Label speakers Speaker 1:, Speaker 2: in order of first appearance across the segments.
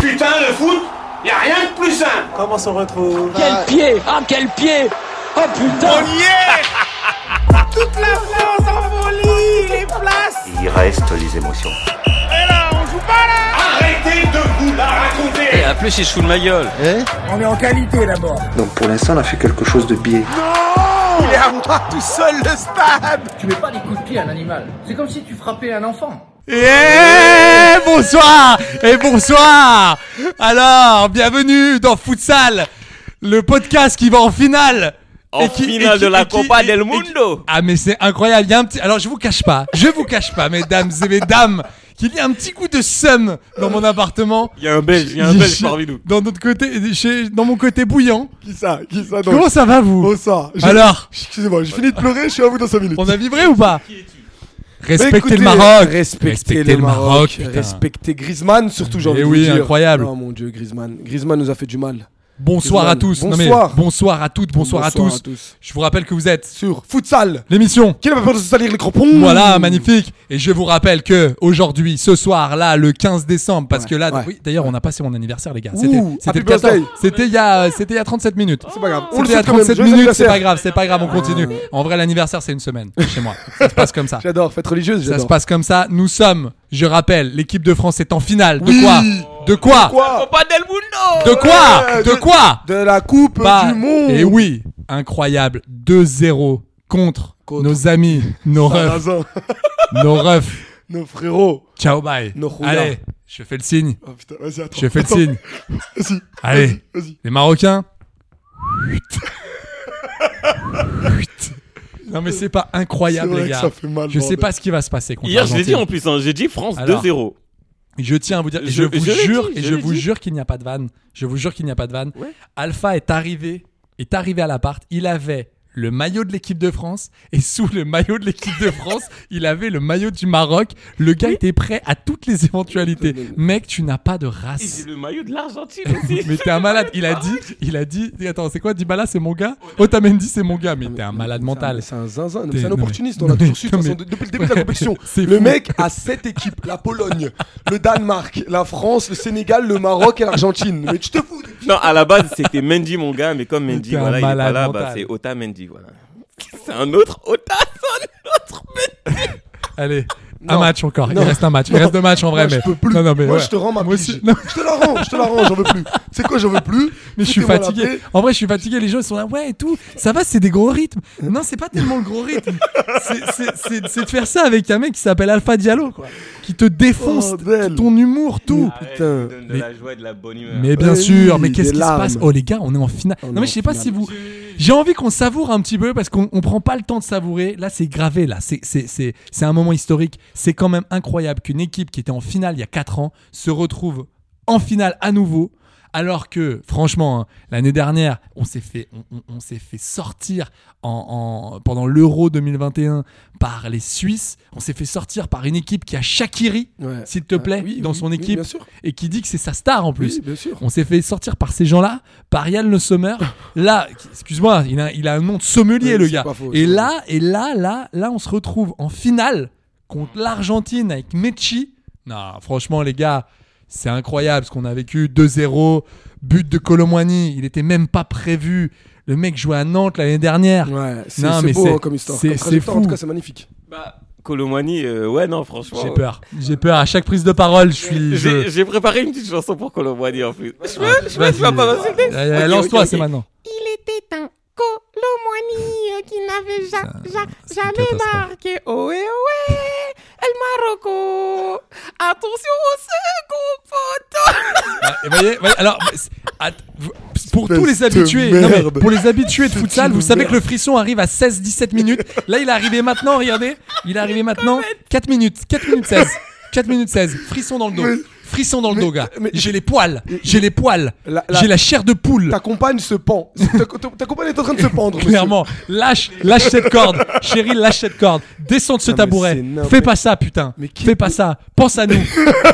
Speaker 1: Putain, le foot, y a rien de plus simple.
Speaker 2: Comment s'en retrouve
Speaker 3: Quel pied Ah quel pied Oh putain
Speaker 1: On y est Toute la France en folie, les places.
Speaker 4: Il reste les émotions.
Speaker 1: Et Eh là, on joue pas là. Arrêtez de vous la raconter.
Speaker 3: En plus il se fout de ma gueule
Speaker 5: Donc pour l'instant, on a fait quelque chose de biais.
Speaker 1: Il est à moi tout seul le stade.
Speaker 6: Tu mets pas des coups de pied à un animal. C'est comme si tu frappais un enfant.
Speaker 7: Eh, bonsoir et bonsoir. Alors, bienvenue dans Futsal, le podcast qui va en finale.
Speaker 3: En finale de la Copa del Mundo.
Speaker 7: Ah mais c'est incroyable, il y a un petit Alors je vous cache pas, je vous cache pas mesdames et mesdames, qu'il y a un petit coup de seum dans mon appartement.
Speaker 3: Il y a un belge, il y a un belge parmi nous.
Speaker 7: Dans notre côté chez dans mon côté bouillant.
Speaker 8: Qui ça Qui ça donc
Speaker 7: Comment ça va vous
Speaker 8: Bonsoir. J'ai-
Speaker 7: Alors,
Speaker 8: Excusez-moi, j'ai fini de pleurer, je suis à vous dans 5 minutes. Bah,
Speaker 7: on a vibré ou pas Respectez
Speaker 8: Écoutez,
Speaker 7: le Maroc
Speaker 8: Respectez,
Speaker 7: Respectez le Maroc, putain.
Speaker 8: respectez Griezmann surtout, j'ai
Speaker 7: Eh
Speaker 8: envie de
Speaker 7: oui,
Speaker 8: vous dire.
Speaker 7: incroyable.
Speaker 8: Oh mon dieu, Griezmann. Griezmann nous a fait du mal.
Speaker 7: Bonsoir à
Speaker 8: Griezmann.
Speaker 7: tous. Non, mais
Speaker 8: Bonsoir.
Speaker 7: bonsoir à toutes, bonsoir, à, tous. Je vous rappelle que vous êtes
Speaker 8: Sur futsal.
Speaker 7: l'émission.
Speaker 8: Qui n'a pas peur de se salir les crampons
Speaker 7: Voilà, magnifique. Et je vous rappelle que aujourd'hui, ce soir, là, le 15 décembre, parce que là,
Speaker 8: ouais.
Speaker 7: oui, d'ailleurs, on a passé mon anniversaire, les gars. C'était,
Speaker 8: Ouh,
Speaker 7: c'était
Speaker 8: happy
Speaker 7: le 14.
Speaker 8: birthday.
Speaker 7: C'était il y a, euh, c'était il y a 37 minutes.
Speaker 8: C'est pas grave. On le
Speaker 7: C'était il y a
Speaker 8: fait quand même.
Speaker 7: 37
Speaker 8: Joyeux
Speaker 7: minutes, c'est
Speaker 8: anniversaire. Ah.
Speaker 7: pas grave, c'est pas grave, on continue. En vrai, l'anniversaire, c'est une semaine chez moi. Ça se passe comme ça.
Speaker 8: J'adore, fête religieuse,
Speaker 7: Ça
Speaker 8: j'adore.
Speaker 7: se passe comme ça. Nous sommes, je rappelle, l'équipe de France est en finale. De
Speaker 8: Oui.
Speaker 7: quoi De quoi
Speaker 8: Quoi
Speaker 3: Copa del Mundo
Speaker 7: De quoi
Speaker 8: Ouais,
Speaker 7: De
Speaker 8: de-
Speaker 7: quoi
Speaker 8: De la Coupe
Speaker 7: Pas-
Speaker 8: du Monde.
Speaker 7: Et Bah, eh oui, incroyable. 2-0 contre,
Speaker 8: Contre.
Speaker 7: nos amis, nos refs,
Speaker 8: Sarrazin.
Speaker 7: nos refs.
Speaker 8: Nos frérots.
Speaker 7: Ciao, bye.
Speaker 8: Nos rouillards.
Speaker 7: Allez, je fais le signe.
Speaker 8: Oh putain, vas-y, attends.
Speaker 7: Je fais le
Speaker 8: Attends,
Speaker 7: signe.
Speaker 8: Vas-y.
Speaker 7: Allez,
Speaker 8: Vas-y, vas-y.
Speaker 7: les Marocains. Non mais c'est pas incroyable
Speaker 8: C'est vrai
Speaker 7: les
Speaker 8: que
Speaker 7: gars.
Speaker 8: ça fait mal,
Speaker 7: je sais
Speaker 8: bordel.
Speaker 7: pas ce qui va se passer contre
Speaker 3: Hier je l'ai dit en
Speaker 7: l'Argentine.
Speaker 3: plus, hein, j'ai dit France
Speaker 7: Alors.
Speaker 3: 2-0.
Speaker 7: Je tiens à vous dire, et
Speaker 3: Je-
Speaker 7: je, vous
Speaker 3: je l'ai
Speaker 7: jure,
Speaker 3: dit,
Speaker 7: et
Speaker 3: je
Speaker 7: je
Speaker 3: l'ai
Speaker 7: vous
Speaker 3: dit.
Speaker 7: jure qu'il n'y a pas de vanne. Je vous jure qu'il n'y a pas de vanne. Alpha est arrivé, est arrivé à l'appart. Il avait le maillot de l'équipe de France et sous le maillot de l'équipe de France, il avait le maillot du Maroc. Le gars était prêt à toutes les éventualités. Mec, tu n'as pas de
Speaker 3: Et
Speaker 7: race.
Speaker 3: j'ai le maillot de l'Argentine aussi.
Speaker 7: Mais t'es un malade. Il a dit, il a dit. Attends, c'est quoi Dybala, c'est mon
Speaker 8: Oh,
Speaker 7: gars. Otamendi, c'est mon gars. Mais t'es un malade mental.
Speaker 8: Ah, C'est un zinzin, non,
Speaker 7: T'es-
Speaker 8: c'est un
Speaker 7: non, mais-
Speaker 8: opportuniste, on
Speaker 7: non,
Speaker 8: l'a toujours
Speaker 7: mais-
Speaker 8: su de
Speaker 7: non,
Speaker 8: toute façon,
Speaker 7: mais-
Speaker 8: de- depuis le début de la compétition.
Speaker 7: C'est
Speaker 8: Le
Speaker 7: fou.
Speaker 8: mec a sept équipes, la Pologne, le Danemark, la France, le Sénégal, le Maroc et l'Argentine. Mais tu te fous de-
Speaker 3: Non, à la base c'était Mendy mon gars, mais comme Mendy
Speaker 7: T'es un
Speaker 3: voilà, il est pas
Speaker 7: malade
Speaker 3: là, bah,
Speaker 7: mental.
Speaker 3: c'est Ota Mendy voilà. C'est un autre Ota, c'est un autre Mendy.
Speaker 7: Allez. Un
Speaker 8: Non.
Speaker 7: match encore, il
Speaker 8: Non.
Speaker 7: reste un match, il reste deux matchs en vrai,
Speaker 8: Moi,
Speaker 7: mais.
Speaker 8: je peux plus.
Speaker 7: Non, non, mais
Speaker 8: Moi,
Speaker 7: ouais.
Speaker 8: je te rends ma
Speaker 7: Moi
Speaker 8: pige.
Speaker 7: aussi. Non,
Speaker 8: Je te la rends, je te la rends, j'en veux plus. C'est quoi, j'en veux plus
Speaker 7: Mais je suis
Speaker 8: Foutez-moi la
Speaker 7: fatigué.
Speaker 8: paix.
Speaker 7: En vrai, je suis fatigué. Les gens ils sont là, ouais, et tout. Ça va, c'est des gros rythmes. Non, c'est pas tellement le gros rythme. C'est- c'est- C'est c'est de faire ça avec un mec qui s'appelle Alpha Diallo, quoi. Qui te défonce
Speaker 8: Bordel.
Speaker 7: ton humour,
Speaker 8: Ah,
Speaker 7: tout.
Speaker 8: Putain.
Speaker 3: Donne de
Speaker 7: Mais-
Speaker 3: la joie et de la bonne humeur.
Speaker 7: Mais bien
Speaker 8: Euh, oui,
Speaker 7: sûr, mais
Speaker 8: des
Speaker 7: qu'est-ce qui se
Speaker 8: larmes.
Speaker 7: passe Oh les gars, on est en finale.
Speaker 8: On
Speaker 7: non
Speaker 8: est
Speaker 7: mais
Speaker 8: en
Speaker 7: je sais pas
Speaker 8: finale.
Speaker 7: si vous. J'ai envie qu'on savoure un petit peu parce qu'on on prend pas le temps de savourer. Là, c'est gravé. Là, c'est c'est c'est c'est un moment historique. C'est quand même incroyable qu'une équipe qui était en finale il y a 4 ans se retrouve en finale à nouveau. Alors que, franchement, hein, l'année dernière, on s'est fait, on, on- on s'est fait sortir en, en- pendant l'Euro 2021 par les Suisses. On s'est fait sortir par une équipe qui a Shakiri,
Speaker 8: Ouais.
Speaker 7: s'il te
Speaker 8: Ouais.
Speaker 7: plaît,
Speaker 8: Oui,
Speaker 7: dans
Speaker 8: oui,
Speaker 7: son
Speaker 8: oui,
Speaker 7: équipe,
Speaker 8: bien sûr.
Speaker 7: et qui dit que c'est sa star en plus.
Speaker 8: Oui, bien sûr.
Speaker 7: On s'est fait sortir par ces gens-là, par Yann Le Sommer. Là, excuse-moi, il a, il a un nom de sommelier,
Speaker 8: Oui,
Speaker 7: le
Speaker 8: c'est
Speaker 7: gars.
Speaker 8: pas faux,
Speaker 7: et
Speaker 8: c'est
Speaker 7: là, et là, là, là, on se retrouve en finale contre l'Argentine avec Mechi. Non, franchement, les gars, c'est incroyable ce qu'on a vécu. 2-0, but de Colomwani. Il était même pas prévu. Le mec jouait à Nantes l'année dernière.
Speaker 8: Ouais, c'est
Speaker 7: Non,
Speaker 8: c'est
Speaker 7: mais
Speaker 8: beau
Speaker 7: c'est-
Speaker 8: hein, comme histoire.
Speaker 7: c'est-
Speaker 8: Comme
Speaker 7: c'est
Speaker 8: trajectoire, En
Speaker 7: fou.
Speaker 8: tout cas, c'est magnifique.
Speaker 3: Bah, Colomani, euh, ouais non franchement.
Speaker 7: J'ai peur. J'ai peur. À chaque prise de parole, je suis. je-
Speaker 3: J'ai j'ai préparé une petite chanson pour Colomani en plus. Je peux, je peux,
Speaker 7: Vas-y.
Speaker 3: tu vas pas m'insulter
Speaker 7: Allez,
Speaker 3: Ok, ok,
Speaker 7: Lance-toi,
Speaker 3: ok.
Speaker 7: c'est maintenant.
Speaker 9: Il était un colomoigny euh, qui n'avait ja- ja- jamais
Speaker 7: catastrophe.
Speaker 9: marqué. Oh, Ohé, ohé, eh, El Marocco. Attention au second poteau.
Speaker 7: Ah, et voyez, voyez, alors, c'est- att- vous- pour tous les
Speaker 8: Espèce de
Speaker 7: habitués, non, mais
Speaker 8: merde.
Speaker 7: pour les habitués de futsal,
Speaker 8: de
Speaker 7: vous savez
Speaker 8: merde.
Speaker 7: que le frisson arrive à 16-17 minutes. Là, il est arrivé maintenant, regardez. Il est arrivé maintenant 4 minutes, 4 minutes 16. 4 minutes 16. Frisson dans le dos.
Speaker 8: Mais-
Speaker 7: Frisson dans le
Speaker 8: mais-
Speaker 7: dos, gars.
Speaker 8: mais-
Speaker 7: J'ai les poils. J'ai les poils.
Speaker 8: La- la-
Speaker 7: J'ai la chair de poule.
Speaker 8: Ta compagne se pend. Ta, ta- ta compagne est en train de se pendre. monsieur.
Speaker 7: Clairement, lâche, lâche cette corde, chérie, lâche cette corde. Descends de ce
Speaker 8: Non, mais
Speaker 7: tabouret.
Speaker 8: c'est n'importe-
Speaker 7: Fais pas ça, putain.
Speaker 8: Mais qui-
Speaker 7: Fais pas ça. Pense à nous.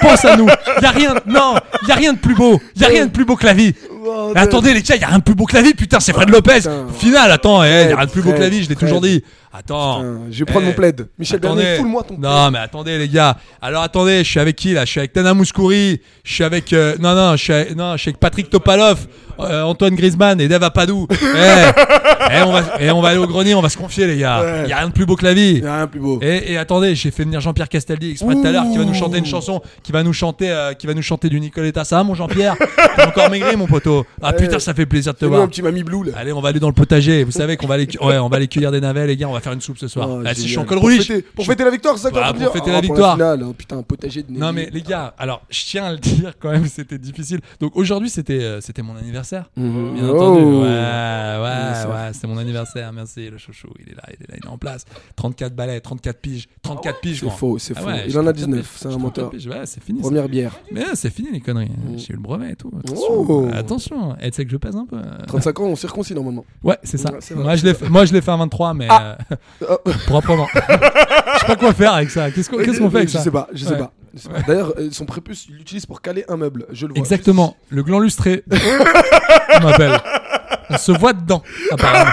Speaker 7: Pense à nous. Y a rien. Non, y a rien de plus beau. Y a rien de plus beau que la vie.
Speaker 8: Bordel.
Speaker 7: Mais attendez, les gars, y a rien de plus beau que la vie. Putain, c'est Fred Lopez.
Speaker 8: Putain.
Speaker 7: Final. Attends, eh, y a rien de plus beau que la
Speaker 8: Fred,
Speaker 7: vie. Je l'ai
Speaker 8: Fred.
Speaker 7: toujours dit. Attends.
Speaker 8: Putain, je vais prendre
Speaker 7: Eh,
Speaker 8: mon plaid. Michel
Speaker 7: attendez.
Speaker 8: Bernier, foule-moi ton
Speaker 7: Non, mais attendez, les gars. Alors attendez, je suis avec qui là Je suis avec Nana Mouskouri. Je suis avec euh, non non, je suis avec, non, je suis avec Patrick Topalov, euh, Antoine Griezmann et Dave Apadou. Eh, eh, on va eh, on va aller au grenier, on va se confier, les gars.
Speaker 8: Ouais.
Speaker 7: Il y a rien de plus beau que la vie.
Speaker 8: Il y a rien de plus beau.
Speaker 7: Et, et attendez, j'ai fait venir Jean-Pierre Castaldi exprès tout à l'heure qui va nous chanter une chanson, qui va nous chanter, euh, qui va nous chanter du Nicoletta. Ça va, mon Jean-Pierre T'as encore maigri, mon poteau Ah putain, ça fait plaisir de te
Speaker 8: Fais-nous
Speaker 7: voir.
Speaker 8: un petit mamie blue là.
Speaker 7: Allez, on va aller dans le potager. Vous savez qu'on va aller, cu- ouais, on va aller cueillir des navets, les gars. On va faire une soupe ce soir.
Speaker 8: Oh,
Speaker 7: Ah, si je suis
Speaker 8: génial.
Speaker 7: en col
Speaker 8: Pour
Speaker 7: rouge.
Speaker 8: fêter- Pour
Speaker 7: je-
Speaker 8: fêter la victoire, c'est ça que t'es
Speaker 7: Voilà,
Speaker 8: en train de
Speaker 7: Bah, pour
Speaker 8: dire
Speaker 7: fêter la
Speaker 8: Oh, pour
Speaker 7: victoire.
Speaker 8: finale, oh, putain, un potager de
Speaker 7: Non
Speaker 8: Nelly.
Speaker 7: mais les gars, alors je tiens à le dire quand même, c'était difficile. Donc aujourd'hui c'était euh, c'était mon anniversaire. Bien
Speaker 8: Oh.
Speaker 7: entendu. Ouais, ouais, ouais, c'était mon anniversaire. Merci le chouchou, il est là, il est là, il est en place. 34 balais, 34 piges, 34 piges.
Speaker 8: C'est
Speaker 7: grand.
Speaker 8: faux, c'est
Speaker 7: Ah
Speaker 8: faux.
Speaker 7: ouais,
Speaker 8: Il en a
Speaker 7: 34
Speaker 8: 19,
Speaker 7: piges,
Speaker 8: c'est un
Speaker 7: 34
Speaker 8: menteur.
Speaker 7: piges, ouais, c'est fini. ça.
Speaker 8: Première bière. Mm.
Speaker 7: Mais ouais, c'est fini les conneries. J'ai eu le brevet et tout. Attention.
Speaker 8: Oh.
Speaker 7: Attention. Et tu sais que je pèse un peu. euh.
Speaker 8: 35 ans, on circoncis normalement.
Speaker 7: Ouais, c'est ça.
Speaker 8: Ouais, c'est vrai.
Speaker 7: moi, je l'ai fait, moi, je l'ai fait à 23, mais euh,
Speaker 8: Oh.
Speaker 7: proprement. je sais pas quoi faire avec ça. Qu'est-ce qu'on qu'est-ce qu'on fait avec
Speaker 8: je
Speaker 7: ça
Speaker 8: sais pas, je sais
Speaker 7: Ouais.
Speaker 8: pas. Je sais pas. D'ailleurs, euh, son prépuce, il l'utilise pour caler un meuble. Je le vois.
Speaker 7: Exactement, le gland lustré. on m'appelle. On se voit dedans, apparemment.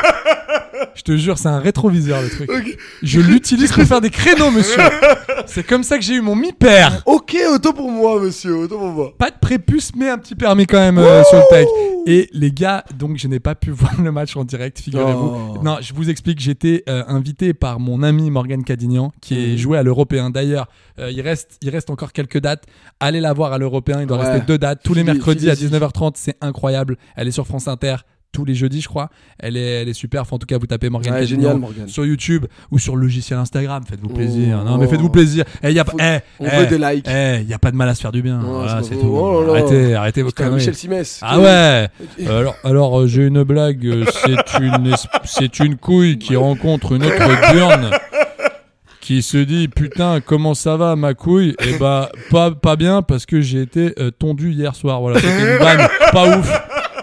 Speaker 7: Je te jure, c'est un rétroviseur le truc. Je l'utilise pour faire des créneaux, monsieur. C'est comme ça que j'ai eu mon mi-père.
Speaker 8: Ok, auto pour moi, monsieur, auto pour moi.
Speaker 7: Pas de prépuce, mais un petit permis quand même euh, sur le tech. Et les gars, donc je n'ai pas pu voir le match en direct, figurez-vous.
Speaker 8: Oh.
Speaker 7: Non, je vous explique, j'étais euh, invité par mon ami Morgan Cadignan,
Speaker 8: Mhm.
Speaker 7: qui est joué à l'Européen. D'ailleurs, euh, il, reste, il reste encore quelques dates. Allez la voir à l'Européen, il doit
Speaker 8: Ouais.
Speaker 7: rester deux dates. Tous les
Speaker 8: Filez-
Speaker 7: mercredis à
Speaker 8: filez-y.
Speaker 7: 19h30, c'est incroyable. Elle est sur France Inter tous les jeudis, je crois. Elle est, elle est super. Enfin, en tout cas, vous tapez Morgan
Speaker 8: Ouais,
Speaker 7: Cadignan
Speaker 8: génial, Morgane.
Speaker 7: sur YouTube ou sur le logiciel Instagram. Faites-vous plaisir. non, mais
Speaker 8: oh.
Speaker 7: faites-vous plaisir. Eh, y a, pas-
Speaker 8: Faut-
Speaker 7: eh,
Speaker 8: on
Speaker 7: eh,
Speaker 8: veut des likes.
Speaker 7: Eh, il n'y a pas de mal à se faire du bien.
Speaker 8: Oh,
Speaker 7: Voilà,
Speaker 8: c'est
Speaker 7: c'est
Speaker 8: pas
Speaker 7: tout.
Speaker 8: beau. Oh là là.
Speaker 7: Arrêtez, arrêtez vos
Speaker 8: Putain,
Speaker 7: conneries.
Speaker 8: Michel Simès.
Speaker 7: Ah ouais Alors, alors euh, j'ai une blague, euh, c'est une, es- c'est une couille qui rencontre une autre burne qui se dit putain comment ça va ma couille et bah pas, pas bien parce que j'ai été euh, tondu hier soir voilà c'était une vanne pas ouf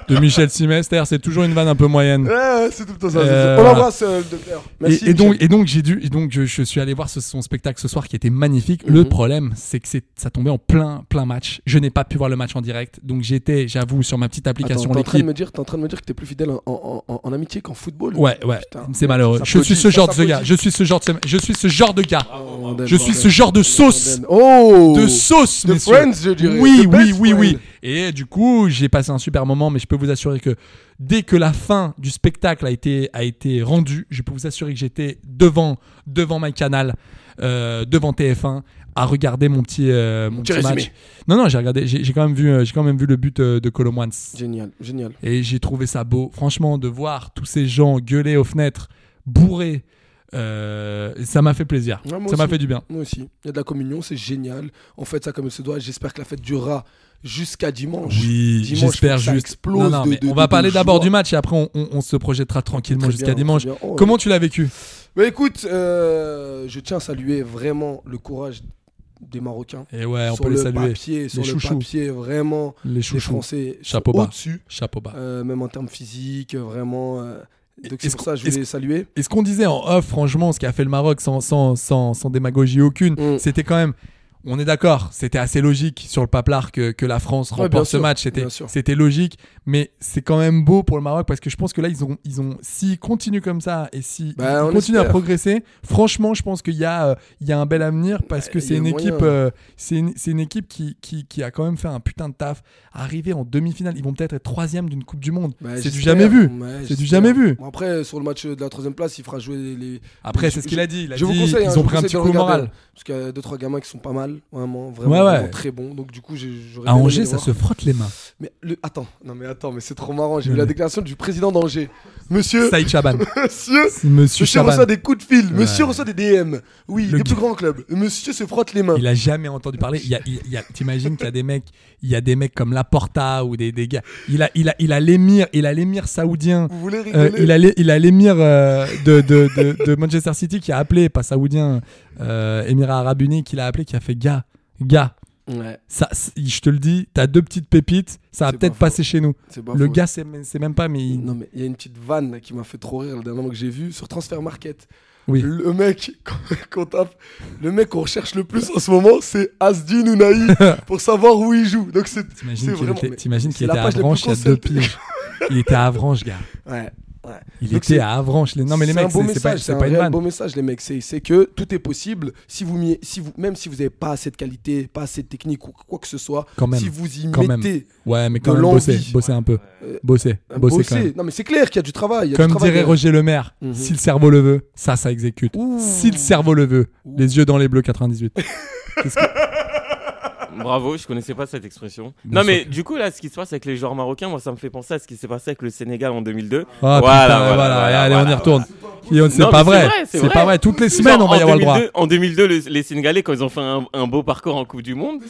Speaker 7: de Michel Simès c'est-à-dire c'est toujours une vanne un peu moyenne
Speaker 8: Eh, Ouais, c'est tout le temps ça.
Speaker 7: Euh,
Speaker 8: c'est tout le temps. On
Speaker 7: voilà.
Speaker 8: l'embrasse, euh, le docteur. Merci.
Speaker 7: et, et donc,
Speaker 8: Michel.
Speaker 7: et donc j'ai dû, et donc je, je suis allé voir ce- son spectacle ce soir qui était magnifique.
Speaker 8: Mhm.
Speaker 7: Le problème, c'est que c'est, ça tombait en plein, plein match. Je n'ai pas pu voir le match en direct, donc j'étais, j'avoue, sur ma petite
Speaker 8: Attends, t'es
Speaker 7: application
Speaker 8: en train de
Speaker 7: l'équipe.
Speaker 8: me dire, t'es en train de me dire que t'es plus fidèle en, en- en- en amitié qu'en football.
Speaker 7: Ouais, ouais,
Speaker 8: Putain,
Speaker 7: c'est malheureux.
Speaker 8: ça
Speaker 7: Je suis
Speaker 8: applaudit,
Speaker 7: ce
Speaker 8: ça
Speaker 7: genre de
Speaker 8: s'applaudit.
Speaker 7: gars. Je suis ce genre de, je suis ce genre de gars.
Speaker 8: Oh, bordel,
Speaker 7: Je suis
Speaker 8: bordel,
Speaker 7: ce genre de
Speaker 8: bordel,
Speaker 7: sauce.
Speaker 8: bordel. Oh
Speaker 7: de sauce,
Speaker 8: De
Speaker 7: messieurs.
Speaker 8: Friends, je dirais.
Speaker 7: Oui,
Speaker 8: The
Speaker 7: oui,
Speaker 8: best
Speaker 7: oui, oui.
Speaker 8: friend.
Speaker 7: Et du coup, j'ai passé un super moment, mais je peux vous assurer que dès que la fin du spectacle a été, a été rendue, je peux vous assurer que j'étais devant, devant ma canal, euh, devant TF1, à regarder mon petit, euh, mon
Speaker 8: Petit
Speaker 7: petit
Speaker 8: résumé.
Speaker 7: match. Non, non, j'ai regardé, j'ai j'ai quand même vu, euh, j'ai quand même vu le but euh, de Colomwans.
Speaker 8: Génial, génial.
Speaker 7: Et j'ai trouvé ça beau. Franchement, de voir tous ces gens gueuler aux fenêtres, bourrés, euh, ça m'a fait plaisir.
Speaker 8: Ouais, moi
Speaker 7: ça m'a
Speaker 8: aussi.
Speaker 7: fait du bien.
Speaker 8: Moi aussi. Il y a de la communion, c'est génial. On fait ça comme il se doit. J'espère que la fête durera jusqu'à dimanche.
Speaker 7: Oui,
Speaker 8: Dimanche,
Speaker 7: j'espère
Speaker 8: faut que ça
Speaker 7: juste.
Speaker 8: explose
Speaker 7: Non, non,
Speaker 8: de-
Speaker 7: mais
Speaker 8: de-
Speaker 7: on
Speaker 8: de-
Speaker 7: va
Speaker 8: de
Speaker 7: parler d'abord
Speaker 8: joie.
Speaker 7: du match et après on, on- on se projettera tranquillement
Speaker 8: Très
Speaker 7: jusqu'à
Speaker 8: bien,
Speaker 7: dimanche.
Speaker 8: très bien. Oh,
Speaker 7: Comment tu l'as vécu
Speaker 8: Bah écoute, euh, je tiens à saluer vraiment le courage des Marocains.
Speaker 7: Et ouais, on
Speaker 8: sur
Speaker 7: peut les
Speaker 8: le
Speaker 7: saluer.
Speaker 8: Papier, sur
Speaker 7: Les
Speaker 8: le
Speaker 7: chouchous.
Speaker 8: papier, vraiment,
Speaker 7: Les
Speaker 8: les
Speaker 7: chouchous.
Speaker 8: Français sont
Speaker 7: Chapeau bas.
Speaker 8: au-dessus,
Speaker 7: Chapeau bas.
Speaker 8: euh, même en termes physiques, vraiment. euh, donc
Speaker 7: Est-ce
Speaker 8: c'est pour ça que je
Speaker 7: qu'on-
Speaker 8: voulais les saluer.
Speaker 7: Et ce qu'on disait en off, franchement, ce qu'a fait le Maroc sans, sans, sans, sans démagogie aucune,
Speaker 8: Mm.
Speaker 7: c'était quand même. On est d'accord, c'était assez logique sur le papelard que, que la France
Speaker 8: Ouais,
Speaker 7: remporte
Speaker 8: bien
Speaker 7: ce
Speaker 8: sûr,
Speaker 7: match. C'était,
Speaker 8: bien sûr.
Speaker 7: c'était logique, mais c'est quand même beau pour le Maroc parce que je pense que là, ils ont, ils ont, s'ils continuent comme ça et s'ils
Speaker 8: Bah,
Speaker 7: ils
Speaker 8: on
Speaker 7: continuent à
Speaker 8: espère.
Speaker 7: progresser, franchement, je pense qu'il y a, euh, il y a un bel avenir parce
Speaker 8: Bah,
Speaker 7: que
Speaker 8: il y
Speaker 7: c'est
Speaker 8: a
Speaker 7: une,
Speaker 8: moyen.
Speaker 7: équipe, euh, c'est, une, c'est une équipe qui, qui, qui a quand même fait un putain de taf. Arriver en demi-finale, ils vont peut-être être troisième d'une Coupe du Monde.
Speaker 8: Bah,
Speaker 7: c'est du
Speaker 8: j'espère.
Speaker 7: jamais vu.
Speaker 8: Ouais,
Speaker 7: c'est du
Speaker 8: j'espère.
Speaker 7: jamais vu.
Speaker 8: Bon, après, sur le match de la troisième place, il fera jouer les. les-
Speaker 7: Après,
Speaker 8: les-
Speaker 7: c'est ce
Speaker 8: je-
Speaker 7: qu'il a dit. Il a
Speaker 8: je vous
Speaker 7: dit,
Speaker 8: conseille, hein,
Speaker 7: ils
Speaker 8: je
Speaker 7: ont
Speaker 8: vous
Speaker 7: pris un
Speaker 8: conseille
Speaker 7: petit
Speaker 8: de
Speaker 7: coup au
Speaker 8: regarder,
Speaker 7: moral.
Speaker 8: hein, Parce qu'il y a deux, trois gamins qui sont pas mal, vraiment, vraiment,
Speaker 7: Ouais, ouais.
Speaker 8: vraiment très bons. Donc, du coup, j'ai- j'aurais
Speaker 7: À
Speaker 8: bien aimé
Speaker 7: Angers,
Speaker 8: les
Speaker 7: ça
Speaker 8: voir.
Speaker 7: se frotte les mains.
Speaker 8: Mais le... attends, non, mais attends, mais c'est trop marrant. J'ai
Speaker 7: Non,
Speaker 8: vu la
Speaker 7: mais-
Speaker 8: déclaration du président d'Angers. Monsieur,
Speaker 7: Saïd Chaban.
Speaker 8: monsieur,
Speaker 7: Monsieur
Speaker 8: Monsieur
Speaker 7: Chaban.
Speaker 8: reçoit des coups de fil, monsieur
Speaker 7: Ouais.
Speaker 8: reçoit des DM. Oui,
Speaker 7: Le
Speaker 8: les plus
Speaker 7: gars-
Speaker 8: grands clubs. Monsieur se frotte les mains.
Speaker 7: Il a jamais entendu parler. Il y a- il y a- T'imagines qu'il y a des mecs, il y a des mecs comme Laporta ou des, des gars. Il a, il a, il a l'émir, il a l'émir saoudien.
Speaker 8: Vous voulez
Speaker 7: Euh,
Speaker 8: rigoler
Speaker 7: il a l'é- il a l'émir euh, de, de, de, de Manchester City qui a appelé, pas saoudien, euh, Émirat Arabe Unis, qui l'a appelé, qui a fait gars. gars,
Speaker 3: Ouais.
Speaker 7: ça, c'est- je te le dis, t'as deux petites pépites, ça va
Speaker 8: C'est
Speaker 7: peut-être
Speaker 8: pas
Speaker 7: passer chez nous.
Speaker 8: C'est pas
Speaker 7: le
Speaker 8: faux.
Speaker 7: gars, c'est c'est même pas, mais il-
Speaker 8: Non, mais il y a une petite vanne là, qui m'a fait trop rire le dernier moment que j'ai vu sur Transfer Market.
Speaker 7: oui.
Speaker 8: Le mec qu'on- qu'on tape, le mec qu'on recherche le plus en ce moment, c'est Asdin Ounaï pour savoir où il joue. Donc c'est
Speaker 7: T'imagines
Speaker 8: c'est
Speaker 7: qu'il
Speaker 8: vraiment-
Speaker 7: était,
Speaker 8: mais
Speaker 7: t'imagines
Speaker 8: c'est
Speaker 7: qu'il
Speaker 8: la
Speaker 7: était à
Speaker 8: page la plus
Speaker 7: Avranches il y a deux
Speaker 8: concept.
Speaker 7: piges. il était à Avranches, gars.
Speaker 8: Ouais, ouais.
Speaker 7: Il
Speaker 8: Donc
Speaker 7: était
Speaker 8: c'est-
Speaker 7: à Avranches. Les- Non, mais les
Speaker 8: C'est un
Speaker 7: mecs,
Speaker 8: beau
Speaker 7: c'est c'est pas,
Speaker 8: message,
Speaker 7: c'est
Speaker 8: c'est un
Speaker 7: pas une
Speaker 8: réel
Speaker 7: vanne.
Speaker 8: beau message, les mecs. C'est c'est que tout est possible si vous, m'y- si vous même si vous n'avez pas assez de qualité, pas assez de technique ou quoi que ce soit.
Speaker 7: Quand même,
Speaker 8: si vous y
Speaker 7: quand même.
Speaker 8: mettez,
Speaker 7: Ouais, mais quand
Speaker 8: de
Speaker 7: même, bosser,
Speaker 8: l'envie.
Speaker 7: bosser un peu. Bosser, bosser, quand
Speaker 8: bossez.
Speaker 7: même.
Speaker 8: Non mais c'est clair qu'il y a du travail. il y a du
Speaker 7: Comme
Speaker 8: travail
Speaker 7: dirait
Speaker 8: derrière.
Speaker 7: Roger Lemaire, si le cerveau le veut, ça, ça exécute. Si le cerveau le veut, les yeux dans les bleus 98. Qu'est-ce que-
Speaker 3: Bravo, je connaissais pas cette expression.
Speaker 7: Bien
Speaker 3: non, mais
Speaker 7: sûr
Speaker 3: du coup, là, ce qui se passe avec les joueurs marocains, moi, ça me fait penser à ce qui s'est passé avec le Sénégal en 2002.
Speaker 7: Ah, putain, voilà, allez, on y retourne. Et on- C'est
Speaker 3: Non, mais
Speaker 7: pas
Speaker 3: c'est
Speaker 7: vrai.
Speaker 3: vrai, c'est
Speaker 7: C'est
Speaker 3: vrai.
Speaker 7: pas vrai. Toutes les semaines,
Speaker 3: Genre,
Speaker 7: on va y
Speaker 3: en
Speaker 7: avoir le droit.
Speaker 3: 2002 En 2002, le- les Sénégalais, quand ils ont fait un, un beau parcours en Coupe du Monde,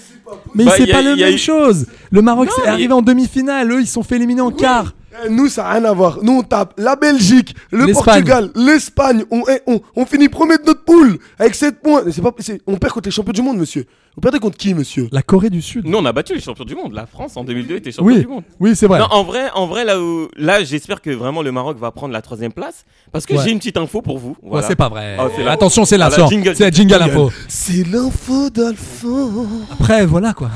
Speaker 7: Mais
Speaker 3: Bah,
Speaker 7: c'est
Speaker 3: y a-
Speaker 7: pas la
Speaker 3: y a
Speaker 7: même
Speaker 3: eu-
Speaker 7: chose. Le Maroc
Speaker 3: Non,
Speaker 7: c'est
Speaker 3: mais-
Speaker 7: arrivé en demi-finale. Eux, ils se sont fait éliminer en quart.
Speaker 8: Eh, Nous, ça n'a rien à voir. Nous, on tape la Belgique, le
Speaker 7: L'Espagne.
Speaker 8: Portugal, l'Espagne. On, eh, on, on finit premier de notre poule avec 7 points. Mais c'est pas, c'est- on perd contre les champions du monde, monsieur. Vous perdez contre qui, monsieur
Speaker 7: La Corée du Sud.
Speaker 3: nous, on a battu les champions du monde. La France, en 2002, était champion
Speaker 7: Oui,
Speaker 3: du monde.
Speaker 7: oui, c'est vrai.
Speaker 3: Non, en vrai, en vrai, là où, là, j'espère que vraiment le Maroc va prendre la troisième place, parce que
Speaker 7: Ouais.
Speaker 3: j'ai une petite info pour vous.
Speaker 7: Ouais,
Speaker 3: Voilà.
Speaker 7: c'est pas vrai.
Speaker 3: Ah, c'est la-
Speaker 7: Attention, c'est
Speaker 3: Ah,
Speaker 7: la
Speaker 3: la
Speaker 7: sorte.
Speaker 3: jingle.
Speaker 7: C'est la jingle info.
Speaker 8: C'est l'info d'Alphonse.
Speaker 7: Après, voilà quoi.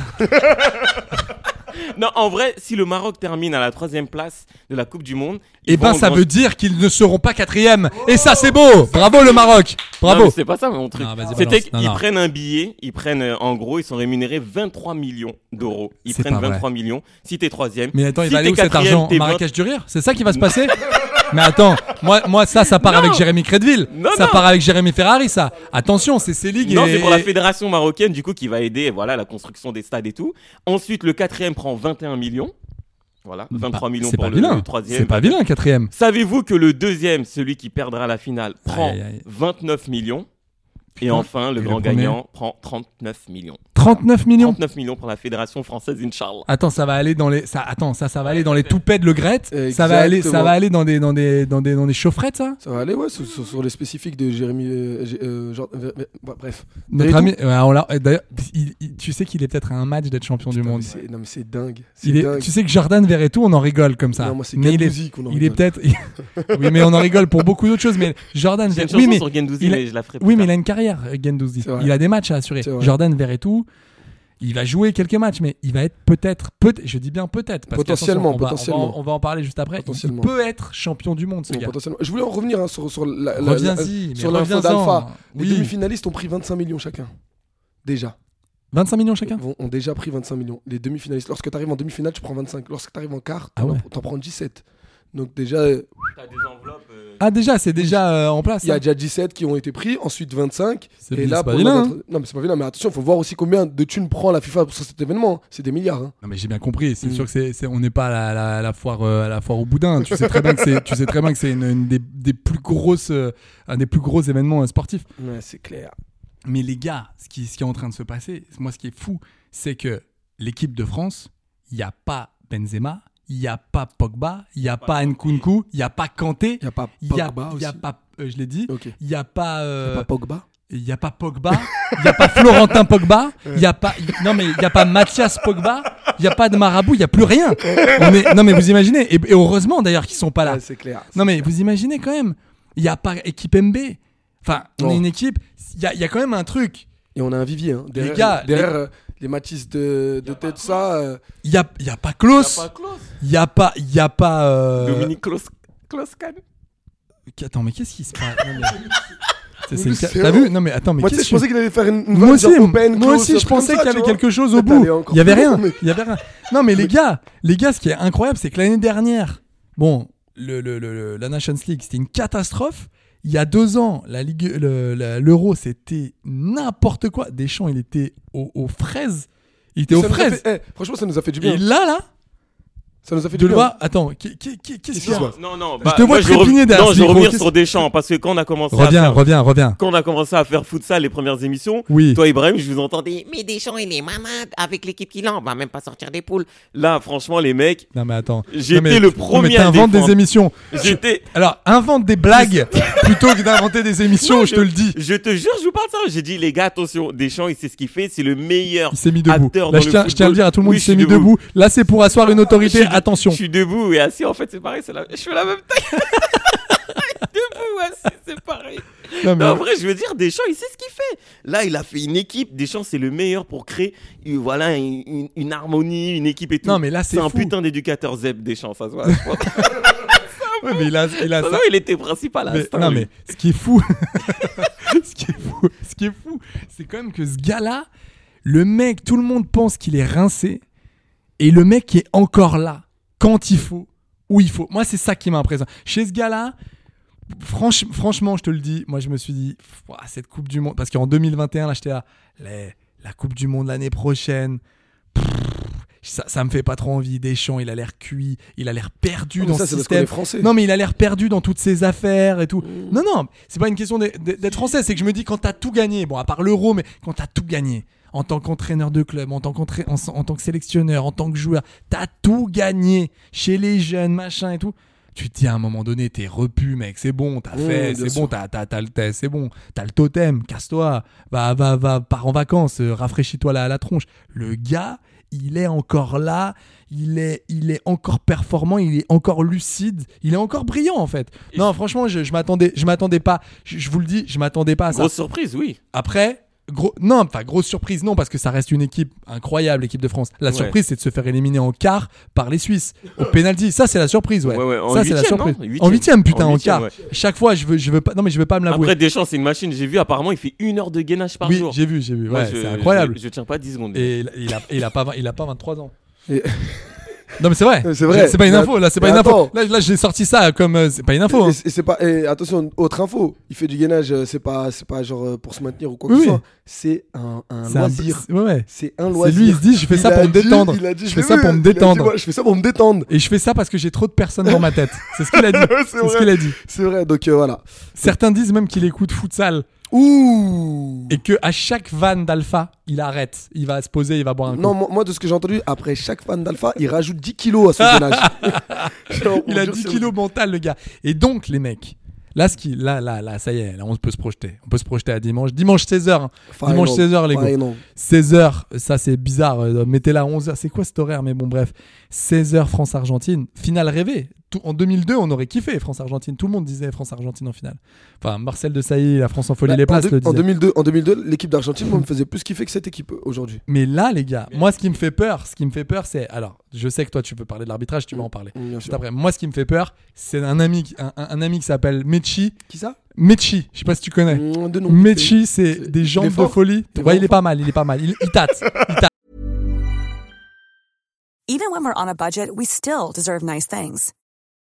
Speaker 3: Non, en vrai, si le Maroc termine à la troisième place de la Coupe du Monde,
Speaker 7: Eh
Speaker 3: ils
Speaker 7: ben,
Speaker 3: vont
Speaker 7: ça
Speaker 3: engranger-
Speaker 7: veut dire qu'ils ne seront pas quatrième. Et ça, c'est beau. Bravo le Maroc.
Speaker 3: Non, mais
Speaker 7: Bravo.
Speaker 3: C'est pas ça mon truc.
Speaker 7: Non, vas-y,
Speaker 3: C'était
Speaker 7: balance. Non,
Speaker 3: qu'ils
Speaker 7: non.
Speaker 3: prennent un billet, ils prennent euh, en gros, ils sont rémunérés 23 millions d'euros. Ils
Speaker 7: C'est
Speaker 3: prennent
Speaker 7: pas vrai.
Speaker 3: 23 millions. Si t'es troisième,
Speaker 7: Mais attends,
Speaker 3: si
Speaker 7: il va aller
Speaker 3: t'es
Speaker 7: où cet
Speaker 3: quatrième,
Speaker 7: argent
Speaker 3: t'es
Speaker 7: Au Marrakech du Rire C'est ça qui va se passer Mais attends, moi, moi ça, ça part
Speaker 3: Non.
Speaker 7: avec Jérémy Crédville.
Speaker 3: Non,
Speaker 7: ça
Speaker 3: non.
Speaker 7: part avec Jérémy Ferrari, ça. Attention, c'est ces ligues.
Speaker 3: Non,
Speaker 7: et-
Speaker 3: c'est pour la fédération marocaine du coup qui va aider voilà la construction des stades et tout. Ensuite, le quatrième prend 21 millions. Voilà, 23 millions
Speaker 7: Bah, C'est
Speaker 3: pour
Speaker 7: pas
Speaker 3: le,
Speaker 7: vilain.
Speaker 3: le troisième.
Speaker 7: C'est pas vilain, quatrième.
Speaker 3: Savez-vous que le deuxième, celui qui perdra la finale, prend
Speaker 7: Aïe, aïe, aïe.
Speaker 3: 29 millions et
Speaker 7: Putain.
Speaker 3: enfin, le
Speaker 7: Et le
Speaker 3: grand
Speaker 7: premier
Speaker 3: gagnant prend 39 millions.
Speaker 7: 39 millions. Ah,
Speaker 3: 39 millions pour la Fédération française, Inch'Allah.
Speaker 7: Attends, ça va aller dans les ça attends, ça ça va aller dans les toupettes le Grette, ça va
Speaker 8: Exactement.
Speaker 7: aller ça va aller dans des dans des dans des dans des chaufferettes ça
Speaker 8: Ça va aller, ouais, sur, sur- sur les spécifiques de Jérémy. euh, Gé- euh, Jean- euh, euh, bah, bref.
Speaker 7: Notre
Speaker 8: Et
Speaker 7: ami ouais, on l'a- d'ailleurs il- il- tu sais qu'il est peut-être à un match d'être champion du
Speaker 8: Non,
Speaker 7: monde.
Speaker 8: mais c'est- non, mais c'est dingue. C'est
Speaker 7: Il est-
Speaker 8: dingue.
Speaker 7: tu sais que Jordan Verretou, on en rigole comme ça.
Speaker 8: Non, moi, c'est
Speaker 7: mais il
Speaker 8: Gendouzi
Speaker 7: est,
Speaker 8: qu'on en
Speaker 7: il est
Speaker 8: rigole.
Speaker 7: peut-être. oui, mais on en rigole pour beaucoup d'autres choses. Mais Jordan
Speaker 3: J'ai une
Speaker 7: Verretou.
Speaker 3: chanson
Speaker 7: Oui, mais,
Speaker 3: sur Gendouzi,
Speaker 7: il a-
Speaker 3: mais je la ferai plus
Speaker 7: oui, mais
Speaker 3: tard.
Speaker 7: il a une carrière, Gendouzi.
Speaker 8: C'est vrai.
Speaker 7: Il a des matchs à assurer.
Speaker 8: C'est vrai.
Speaker 7: Jordan Verretou, il va jouer quelques matchs, mais il va être peut-être. peut- je dis bien peut-être. parce
Speaker 8: Potentiellement,
Speaker 7: qu'attention, on va- On va,
Speaker 8: potentiellement.
Speaker 7: on va en parler juste après. Il
Speaker 8: Potentiellement.
Speaker 7: peut être champion du monde, ce
Speaker 8: Bon,
Speaker 7: gars.
Speaker 8: potentiellement. Je voulais en revenir hein, sur, sur la, la- la-
Speaker 7: Reviens-y, mais
Speaker 8: sur l'info
Speaker 7: reviens-en.
Speaker 8: d'Alpha.
Speaker 7: Oui.
Speaker 8: Les demi-finalistes ont pris 25 millions chacun. Déjà.
Speaker 7: 25 millions chacun
Speaker 8: vont- ont déjà pris 25 millions. Les demi-finalistes. Lorsque tu arrives en demi-finale, tu prends 25. Lorsque tu arrives en quart,
Speaker 7: Ah
Speaker 8: t'en
Speaker 7: ouais.
Speaker 8: t'en prends 17. Donc déjà, euh,
Speaker 3: T'as des enveloppes. euh,
Speaker 7: Ah, déjà, c'est déjà euh, en place.
Speaker 8: il y a
Speaker 7: hein.
Speaker 8: déjà 17 qui ont été pris, ensuite 25.
Speaker 7: C'est
Speaker 8: Et
Speaker 7: bien,
Speaker 8: là,
Speaker 7: c'est pas hein.
Speaker 8: pour
Speaker 7: vilain,
Speaker 8: notre- Non, mais c'est pas vilain, mais attention, faut voir aussi combien de thunes prend la FIFA pour cet événement. C'est des milliards. hein.
Speaker 7: Non mais j'ai bien compris. C'est sûr que c'est, c'est- on n'est pas à la, la- la foire euh, à la foire au boudin. Tu sais très bien que c'est, tu sais très bien que c'est une, une des, des plus grosses, euh, un des plus gros événements euh, sportifs.
Speaker 8: Ouais, c'est clair.
Speaker 7: Mais les gars, ce qui, ce qui est en train de se passer, moi ce qui est fou, c'est que l'équipe de France, il n'y a pas Benzema, il n'y a pas Pogba, il n'y a pas Nkunku, il n'y a pas Kanté,
Speaker 8: Il n'y a pas
Speaker 7: il n'y a,
Speaker 8: Pogba
Speaker 7: il y a
Speaker 8: aussi.
Speaker 7: pas, euh, je l'ai dit,
Speaker 8: Ok.
Speaker 7: il n'y a pas, euh,
Speaker 8: Pas Pogba.
Speaker 7: il n'y a pas Pogba, il n'y a pas Florentin Pogba, il n'y a pas, non mais il n'y a pas Mathias Pogba, il n'y a pas de Marabout, il n'y a plus rien. On est- non mais vous imaginez, et, et heureusement d'ailleurs qu'ils sont pas là.
Speaker 8: Ouais, c'est clair.
Speaker 7: Ah. non mais vous imaginez quand même, il n'y a pas équipe MB. Enfin, on
Speaker 8: Non.
Speaker 7: est une équipe, il y a, il y a quand même un truc.
Speaker 8: Et on a un vivier. hein. Derrière,
Speaker 7: gars,
Speaker 8: derrière,
Speaker 7: les-
Speaker 8: euh, les Matisse de, de tête, ça. euh,
Speaker 7: Il n'y a, il y a pas Klaus, il n'y a pas, il y a pas. euh,
Speaker 3: Dominique Klaus- Klaus-Kahn.
Speaker 7: Attends mais qu'est-ce qui se passe Non, mais- C'est- c'est
Speaker 8: Mais
Speaker 7: une
Speaker 8: c'est
Speaker 7: ca- T'as
Speaker 8: vrai.
Speaker 7: vu Non mais attends mais
Speaker 8: Moi, tu
Speaker 7: qu'est-ce
Speaker 8: sais,
Speaker 7: que
Speaker 8: je pensais qu'il allait faire une, une
Speaker 7: Moi
Speaker 8: vanne
Speaker 7: aussi,
Speaker 8: genre open,
Speaker 7: moi
Speaker 8: close,
Speaker 7: aussi
Speaker 8: un
Speaker 7: je
Speaker 8: truc comme
Speaker 7: pensais
Speaker 8: ça,
Speaker 7: qu'il y
Speaker 8: tu
Speaker 7: avait
Speaker 8: vois.
Speaker 7: quelque chose
Speaker 8: Là,
Speaker 7: au bout.
Speaker 8: t'allais encore
Speaker 7: Il y avait
Speaker 8: plus
Speaker 7: rien.
Speaker 8: loin, mec.
Speaker 7: Il y avait rien. Non, mais les gars, les gars, ce qui est incroyable, c'est que l'année dernière, bon, le, le- le- le- la Nations League, c'était une catastrophe. Il y a deux ans, la Ligue, le- la- l'Euro, c'était n'importe quoi. Deschamps, il était aux, aux fraises. Il était aux
Speaker 8: Ça nous a
Speaker 7: fraises.
Speaker 8: fait- eh, franchement, ça nous a fait du bien.
Speaker 7: Et là, là,
Speaker 8: Ça nous a fait
Speaker 7: de
Speaker 8: du
Speaker 7: le
Speaker 8: bien.
Speaker 7: voir. Attends, qui- qui- qui- qu'est-ce qu'il y a
Speaker 3: Non, non,
Speaker 7: Je
Speaker 3: bah,
Speaker 7: te vois
Speaker 3: moi, je
Speaker 7: trépigner
Speaker 3: rev-
Speaker 7: derrière
Speaker 3: Non,
Speaker 7: ce
Speaker 3: je vais
Speaker 7: micro,
Speaker 3: revenir
Speaker 7: qu'est-ce
Speaker 3: sur Deschamps parce que quand on a commencé à
Speaker 7: Reviens,
Speaker 3: faire-
Speaker 7: reviens, reviens.
Speaker 3: Quand on a commencé à faire futsal les premières émissions,
Speaker 7: Oui.
Speaker 3: toi Ibrahim, je vous entendais.
Speaker 1: Mais Deschamps, il est malade avec l'équipe qu'il a. On va même pas sortir des poules.
Speaker 3: Là, franchement, les mecs,
Speaker 7: Non mais attends.
Speaker 3: J'étais
Speaker 7: Non, mais-
Speaker 3: le
Speaker 7: non,
Speaker 3: premier
Speaker 7: Mais
Speaker 3: à
Speaker 7: t'inventes
Speaker 3: défendre.
Speaker 7: des émissions.
Speaker 3: j'étais.
Speaker 7: Alors invente des blagues plutôt que d'inventer des émissions.
Speaker 3: Non,
Speaker 7: je te le dis.
Speaker 3: Je te jure, je vous parle de ça. J'ai dit, les gars, attention, Deschamps, il sait ce qu'il fait. C'est le meilleur
Speaker 7: Il s'est mis debout.
Speaker 3: acteur
Speaker 7: Là,
Speaker 3: dans
Speaker 7: je tiens,
Speaker 3: le
Speaker 7: je tiens à le dire à tout le monde,
Speaker 3: football.
Speaker 7: il s'est
Speaker 3: Oui,
Speaker 7: mis
Speaker 3: je suis
Speaker 7: debout. Là, c'est pour asseoir une autorité.
Speaker 3: Je suis-
Speaker 7: Attention.
Speaker 3: Je suis debout et assis. En fait, c'est pareil. C'est la... Je fais la même taille. debout, assis, c'est pareil.
Speaker 7: Non, mais-
Speaker 3: Non, en vrai, je veux dire, Deschamps, il sait ce qu'il fait. Là, il a fait une équipe. Deschamps, c'est le meilleur pour créer euh, voilà, une, une- une harmonie, une équipe et tout.
Speaker 7: Non, mais là, c'est
Speaker 3: un
Speaker 7: fou.
Speaker 3: putain d'éducateur Zeb, Deschamps, ça se voit. Ça se voit.
Speaker 7: Ouais, mais il a, il a
Speaker 3: Ça se
Speaker 7: ça.
Speaker 3: voit, il était principal à
Speaker 7: Mais-
Speaker 3: l'instant,
Speaker 7: non
Speaker 3: lui.
Speaker 7: mais ce qui est fou, ce qui est fou, ce qui est fou, c'est quand même que ce gars-là, le mec, tout le monde pense qu'il est rincé, et le mec est encore là quand il faut, où il faut. Moi, c'est ça qui m'impressionne. Chez ce gars-là, franch- franchement, je te le dis, moi, je me suis dit, Pouah, cette Coupe du Monde, parce qu'en 2021, là, j'étais là, Les- la Coupe du Monde l'année prochaine. Pfff, Ça, ça me fait pas trop envie. Deschamps, il a l'air cuit, il a l'air perdu
Speaker 8: Ah, mais
Speaker 7: dans
Speaker 8: ça,
Speaker 7: ce
Speaker 8: c'est parce qu'on
Speaker 7: système.
Speaker 8: est français. Mmh.
Speaker 7: Non, non, mais il a l'air perdu dans toutes ses affaires et tout. Non, non, c'est pas une question d'être- d'être français. C'est que je me dis, quand t'as tout gagné, bon, à part l'euro, mais quand t'as tout gagné, en tant qu'entraîneur de club, en tant, qu'entra- en, en tant que sélectionneur, en tant que joueur, t'as tout gagné chez les jeunes, machin et tout. Tu te dis à un moment donné, t'es repu, mec, c'est bon, t'as
Speaker 8: Ouais,
Speaker 7: fait,
Speaker 8: bien
Speaker 7: c'est
Speaker 8: sûr.
Speaker 7: bon, t'as, t'as, t'as le test, c'est bon, t'as le totem, casse-toi, va, va, va, pars en vacances, euh, rafraîchis-toi la, la tronche. Le gars, il est encore là, il est, il est encore performant, il est encore lucide, il est encore brillant en fait. Non, franchement, je, je m'attendais, je m'attendais pas, je, je vous le dis, je m'attendais pas à ça.
Speaker 3: Grosse surprise, oui.
Speaker 7: Après, gros, non, enfin grosse surprise, non, parce que ça reste une équipe incroyable, l'équipe de France. La
Speaker 3: Ouais.
Speaker 7: surprise, c'est de se faire éliminer en quart par les Suisses au penalty. Ça, c'est la surprise, ouais.
Speaker 3: Ouais, ouais, en
Speaker 7: ça, c'est la
Speaker 3: huitième,
Speaker 7: surprise.
Speaker 3: non Huitième.
Speaker 7: en huitième, putain,
Speaker 3: En
Speaker 7: en,
Speaker 3: huitième,
Speaker 7: quart.
Speaker 3: ouais.
Speaker 7: Chaque fois, je veux, je veux pas. Non, mais je veux pas me l'avouer.
Speaker 3: Après, Deschamps, c'est une machine. J'ai vu, apparemment, il fait une heure de gainage par
Speaker 7: oui,
Speaker 3: jour.
Speaker 7: j'ai vu, j'ai vu.
Speaker 3: Moi,
Speaker 7: Ouais,
Speaker 3: je-
Speaker 7: c'est incroyable.
Speaker 3: Je, je tiens pas 10 secondes.
Speaker 7: Et il, il a, il a pas, vingt- il a pas 23 ans.
Speaker 8: Et-
Speaker 7: Non, mais c'est vrai.
Speaker 8: C'est vrai.
Speaker 7: C'est pas une
Speaker 8: Mais-
Speaker 7: info. Là, c'est pas
Speaker 8: mais
Speaker 7: une info.
Speaker 8: attends.
Speaker 7: Là, là, j'ai sorti ça comme euh, c'est pas une info. hein.
Speaker 8: Et, et c'est pas. et attention, autre info. Il fait du gainage. euh, C'est pas. C'est pas genre euh, pour se maintenir ou quoi que
Speaker 7: Oui,
Speaker 8: ce
Speaker 7: oui.
Speaker 8: soit. C'est un, un
Speaker 7: C'est un-
Speaker 8: loisir.
Speaker 7: c'est- ouais, ouais.
Speaker 8: C'est un
Speaker 7: C'est
Speaker 8: loisir.
Speaker 7: lui, il se dit, je fais ça
Speaker 8: a
Speaker 7: pour me
Speaker 8: dit-
Speaker 7: détendre.
Speaker 8: il a dit,
Speaker 7: Je
Speaker 8: l'ai
Speaker 7: fais ça
Speaker 8: vu,
Speaker 7: pour me
Speaker 8: il a dit,
Speaker 7: détendre.
Speaker 8: moi, je fais ça pour me détendre.
Speaker 7: Et je fais ça parce que j'ai trop de personnes dans ma tête. C'est ce qu'il a dit. c'est ce
Speaker 8: vrai.
Speaker 7: qu'il a dit.
Speaker 8: C'est vrai. Donc euh, voilà.
Speaker 7: Certains disent même qu'il écoute futsal
Speaker 8: Ouh.
Speaker 7: et que à chaque vanne d'Alpha, il arrête. Il va se poser, il va boire un coup.
Speaker 8: Non, moi, moi, de ce que j'ai entendu, après chaque fan d'Alpha, il rajoute 10 kilos à son gainage. Genre, pour
Speaker 7: il a
Speaker 8: dire,
Speaker 7: 10
Speaker 8: c'est-
Speaker 7: kilos mental, le gars. Et donc, les mecs, là, ce qui, là, là, là, ça y est, là, on peut se projeter. On peut se projeter à dimanche. Dimanche 16h. hein.
Speaker 8: Fine,
Speaker 7: Dimanche
Speaker 8: non.
Speaker 7: 16h, les gars.
Speaker 8: Fine, non.
Speaker 7: 16h, ça c'est bizarre, euh, mettez-la à 11h, c'est quoi cet horaire Mais bon, bref, 16h France-Argentine, finale rêvée. Tout- en 2002, on aurait kiffé France-Argentine, tout le monde disait France-Argentine en finale. Enfin, Marcel de Sailly, la France en folie
Speaker 8: Bah,
Speaker 7: les
Speaker 8: en,
Speaker 7: places
Speaker 8: deux-
Speaker 7: le
Speaker 8: en
Speaker 7: disait.
Speaker 8: 2002, en 2002, l'équipe d'Argentine, moi, me faisait plus kiffer que cette équipe euh, aujourd'hui.
Speaker 7: Mais là, les gars, moi ce qui me fait peur, ce qui me fait peur, c'est. Alors, je sais que toi tu peux parler de l'arbitrage, tu vas en parler.
Speaker 8: Mm, bien
Speaker 7: Juste
Speaker 8: sûr.
Speaker 7: après, moi ce qui me fait peur, c'est un ami, qui- un, un- un ami qui s'appelle Mechi.
Speaker 8: Qui ça
Speaker 7: Mechi, je sais pas si tu connais.
Speaker 8: Mm, de nom.
Speaker 7: Mechi, c'est
Speaker 8: c'est-
Speaker 7: des
Speaker 8: il est
Speaker 7: jambes de
Speaker 8: fort.
Speaker 7: folie.
Speaker 8: Il est
Speaker 7: Ouais, il
Speaker 8: vraiment
Speaker 7: est pas mal, il est pas mal. Il, il tâte. Il tâte.
Speaker 2: Even when we're on a budget, we still deserve nice things.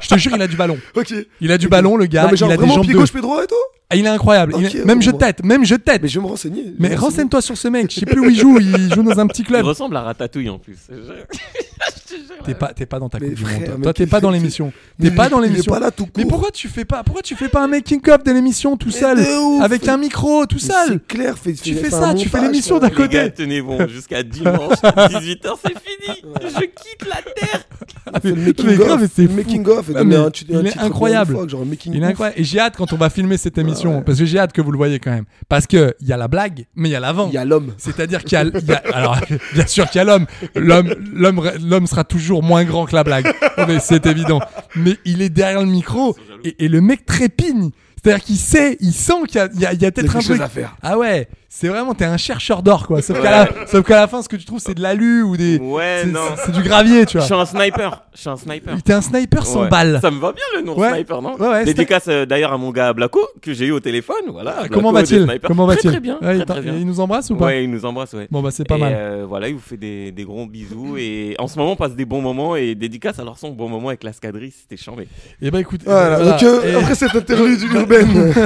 Speaker 7: Je te jure, il a du ballon.
Speaker 8: Ok.
Speaker 7: Il a du ballon, le gars.
Speaker 8: Non, mais genre,
Speaker 7: il a des
Speaker 8: vraiment,
Speaker 7: jambes
Speaker 8: pied
Speaker 7: de.
Speaker 8: gauche, pied droit et tout
Speaker 7: Ah, il est incroyable. Il-
Speaker 8: Ok,
Speaker 7: Même
Speaker 8: bon,
Speaker 7: jeu de
Speaker 8: moi.
Speaker 7: tête, même jeu de tête.
Speaker 8: Mais
Speaker 7: Mais,
Speaker 8: je vais me renseigner. je vais me renseigner.
Speaker 7: renseigne-toi sur ce mec. Je sais plus où il joue. Il joue dans un petit
Speaker 3: Il
Speaker 7: club.
Speaker 3: ressemble à Ratatouille en plus. Je-
Speaker 7: T'es pas, t'es pas dans ta
Speaker 8: Mais
Speaker 7: coupe du monde.
Speaker 8: frère,
Speaker 7: toi.
Speaker 8: mais
Speaker 7: Toi, t'es
Speaker 8: qu'est-ce
Speaker 7: pas dans
Speaker 8: que-
Speaker 7: l'émission.
Speaker 8: Mais
Speaker 7: T'es pas
Speaker 8: il-
Speaker 7: dans
Speaker 8: il est
Speaker 7: l'émission.
Speaker 8: pas là tout court.
Speaker 7: Mais pourquoi tu fais pas, pourquoi tu fais pas un making of de l'émission tout seul,
Speaker 8: de ouf.
Speaker 7: avec un micro tout
Speaker 8: Mais
Speaker 7: seul
Speaker 8: C'est clair, fais,
Speaker 7: Tu
Speaker 8: fais-
Speaker 7: fais
Speaker 8: un
Speaker 7: ça, tu fais
Speaker 8: montage,
Speaker 7: l'émission
Speaker 8: ouais.
Speaker 7: d'un
Speaker 3: Les gars,
Speaker 7: côté. Ah,
Speaker 3: tenez bon, jusqu'à dimanche, 18h, c'est fini. Je quitte la Terre.
Speaker 8: Fais le
Speaker 7: Mais
Speaker 8: making
Speaker 7: grave, mais
Speaker 8: of.
Speaker 7: c'est
Speaker 8: Le
Speaker 7: fou.
Speaker 8: making of. et
Speaker 7: Ah,
Speaker 8: donne
Speaker 7: mais
Speaker 8: un tu- un
Speaker 7: il est
Speaker 8: titre
Speaker 7: incroyable.
Speaker 8: pour une fois, genre, making
Speaker 7: Il est
Speaker 8: of. Ah
Speaker 7: incroyable. Et j'ai hâte quand on va filmer cette émission, parce que j'ai hâte que vous le voyez quand même. Parce que il y a la blague, mais il y a l'avant.
Speaker 8: Il y a l'homme.
Speaker 7: C'est-à-dire qu'il y a, il y a- alors bien sûr qu'il y a l'homme. L'homme, l'homme, re- l'homme sera toujours moins grand que la blague. Mais c'est évident. Mais il est derrière le micro et, et le mec trépigne. C'est-à-dire qu'il sait, il sent qu'il y a- il y a, il y a peut-être
Speaker 8: quelque
Speaker 7: un
Speaker 8: chose
Speaker 7: truc.
Speaker 8: à faire.
Speaker 7: Ah ouais, c'est vraiment, t'es un chercheur d'or quoi. Sauf qu'à la, sauf qu'à la fin, ce que tu trouves, c'est de l'alu ou des.
Speaker 3: Ouais,
Speaker 7: c'est-
Speaker 3: non.
Speaker 7: c'est- C'est du gravier, tu vois.
Speaker 3: Je suis un sniper. Je suis un sniper.
Speaker 7: T'es un sniper sans
Speaker 3: Ouais.
Speaker 7: balles.
Speaker 3: Ça me va bien le nom
Speaker 7: Ouais.
Speaker 3: sniper, non
Speaker 7: Ouais, ouais,
Speaker 3: Dédicace euh, d'ailleurs à mon gars Blaco que j'ai eu au téléphone. Voilà. Blaco,
Speaker 7: Comment
Speaker 3: des
Speaker 7: va-t-il
Speaker 3: snipers.
Speaker 7: Comment
Speaker 3: Très,
Speaker 7: va-t-il
Speaker 3: Très bien.
Speaker 7: Ouais, il
Speaker 3: très,
Speaker 7: t'a-
Speaker 3: très bien.
Speaker 7: il nous embrasse ou pas
Speaker 3: Ouais, il nous embrasse, ouais.
Speaker 7: Bon, bah, c'est pas
Speaker 3: Et,
Speaker 7: mal.
Speaker 3: euh, voilà, il vous fait des, des gros bisous et en ce moment on passe des bons moments et dédicace à leur son bon moment avec la Scadrille, c'était chambé.
Speaker 7: Et bah écoute,
Speaker 8: Voilà,
Speaker 7: euh,
Speaker 8: donc, euh,
Speaker 7: Et-
Speaker 8: après cette interlude urbaine,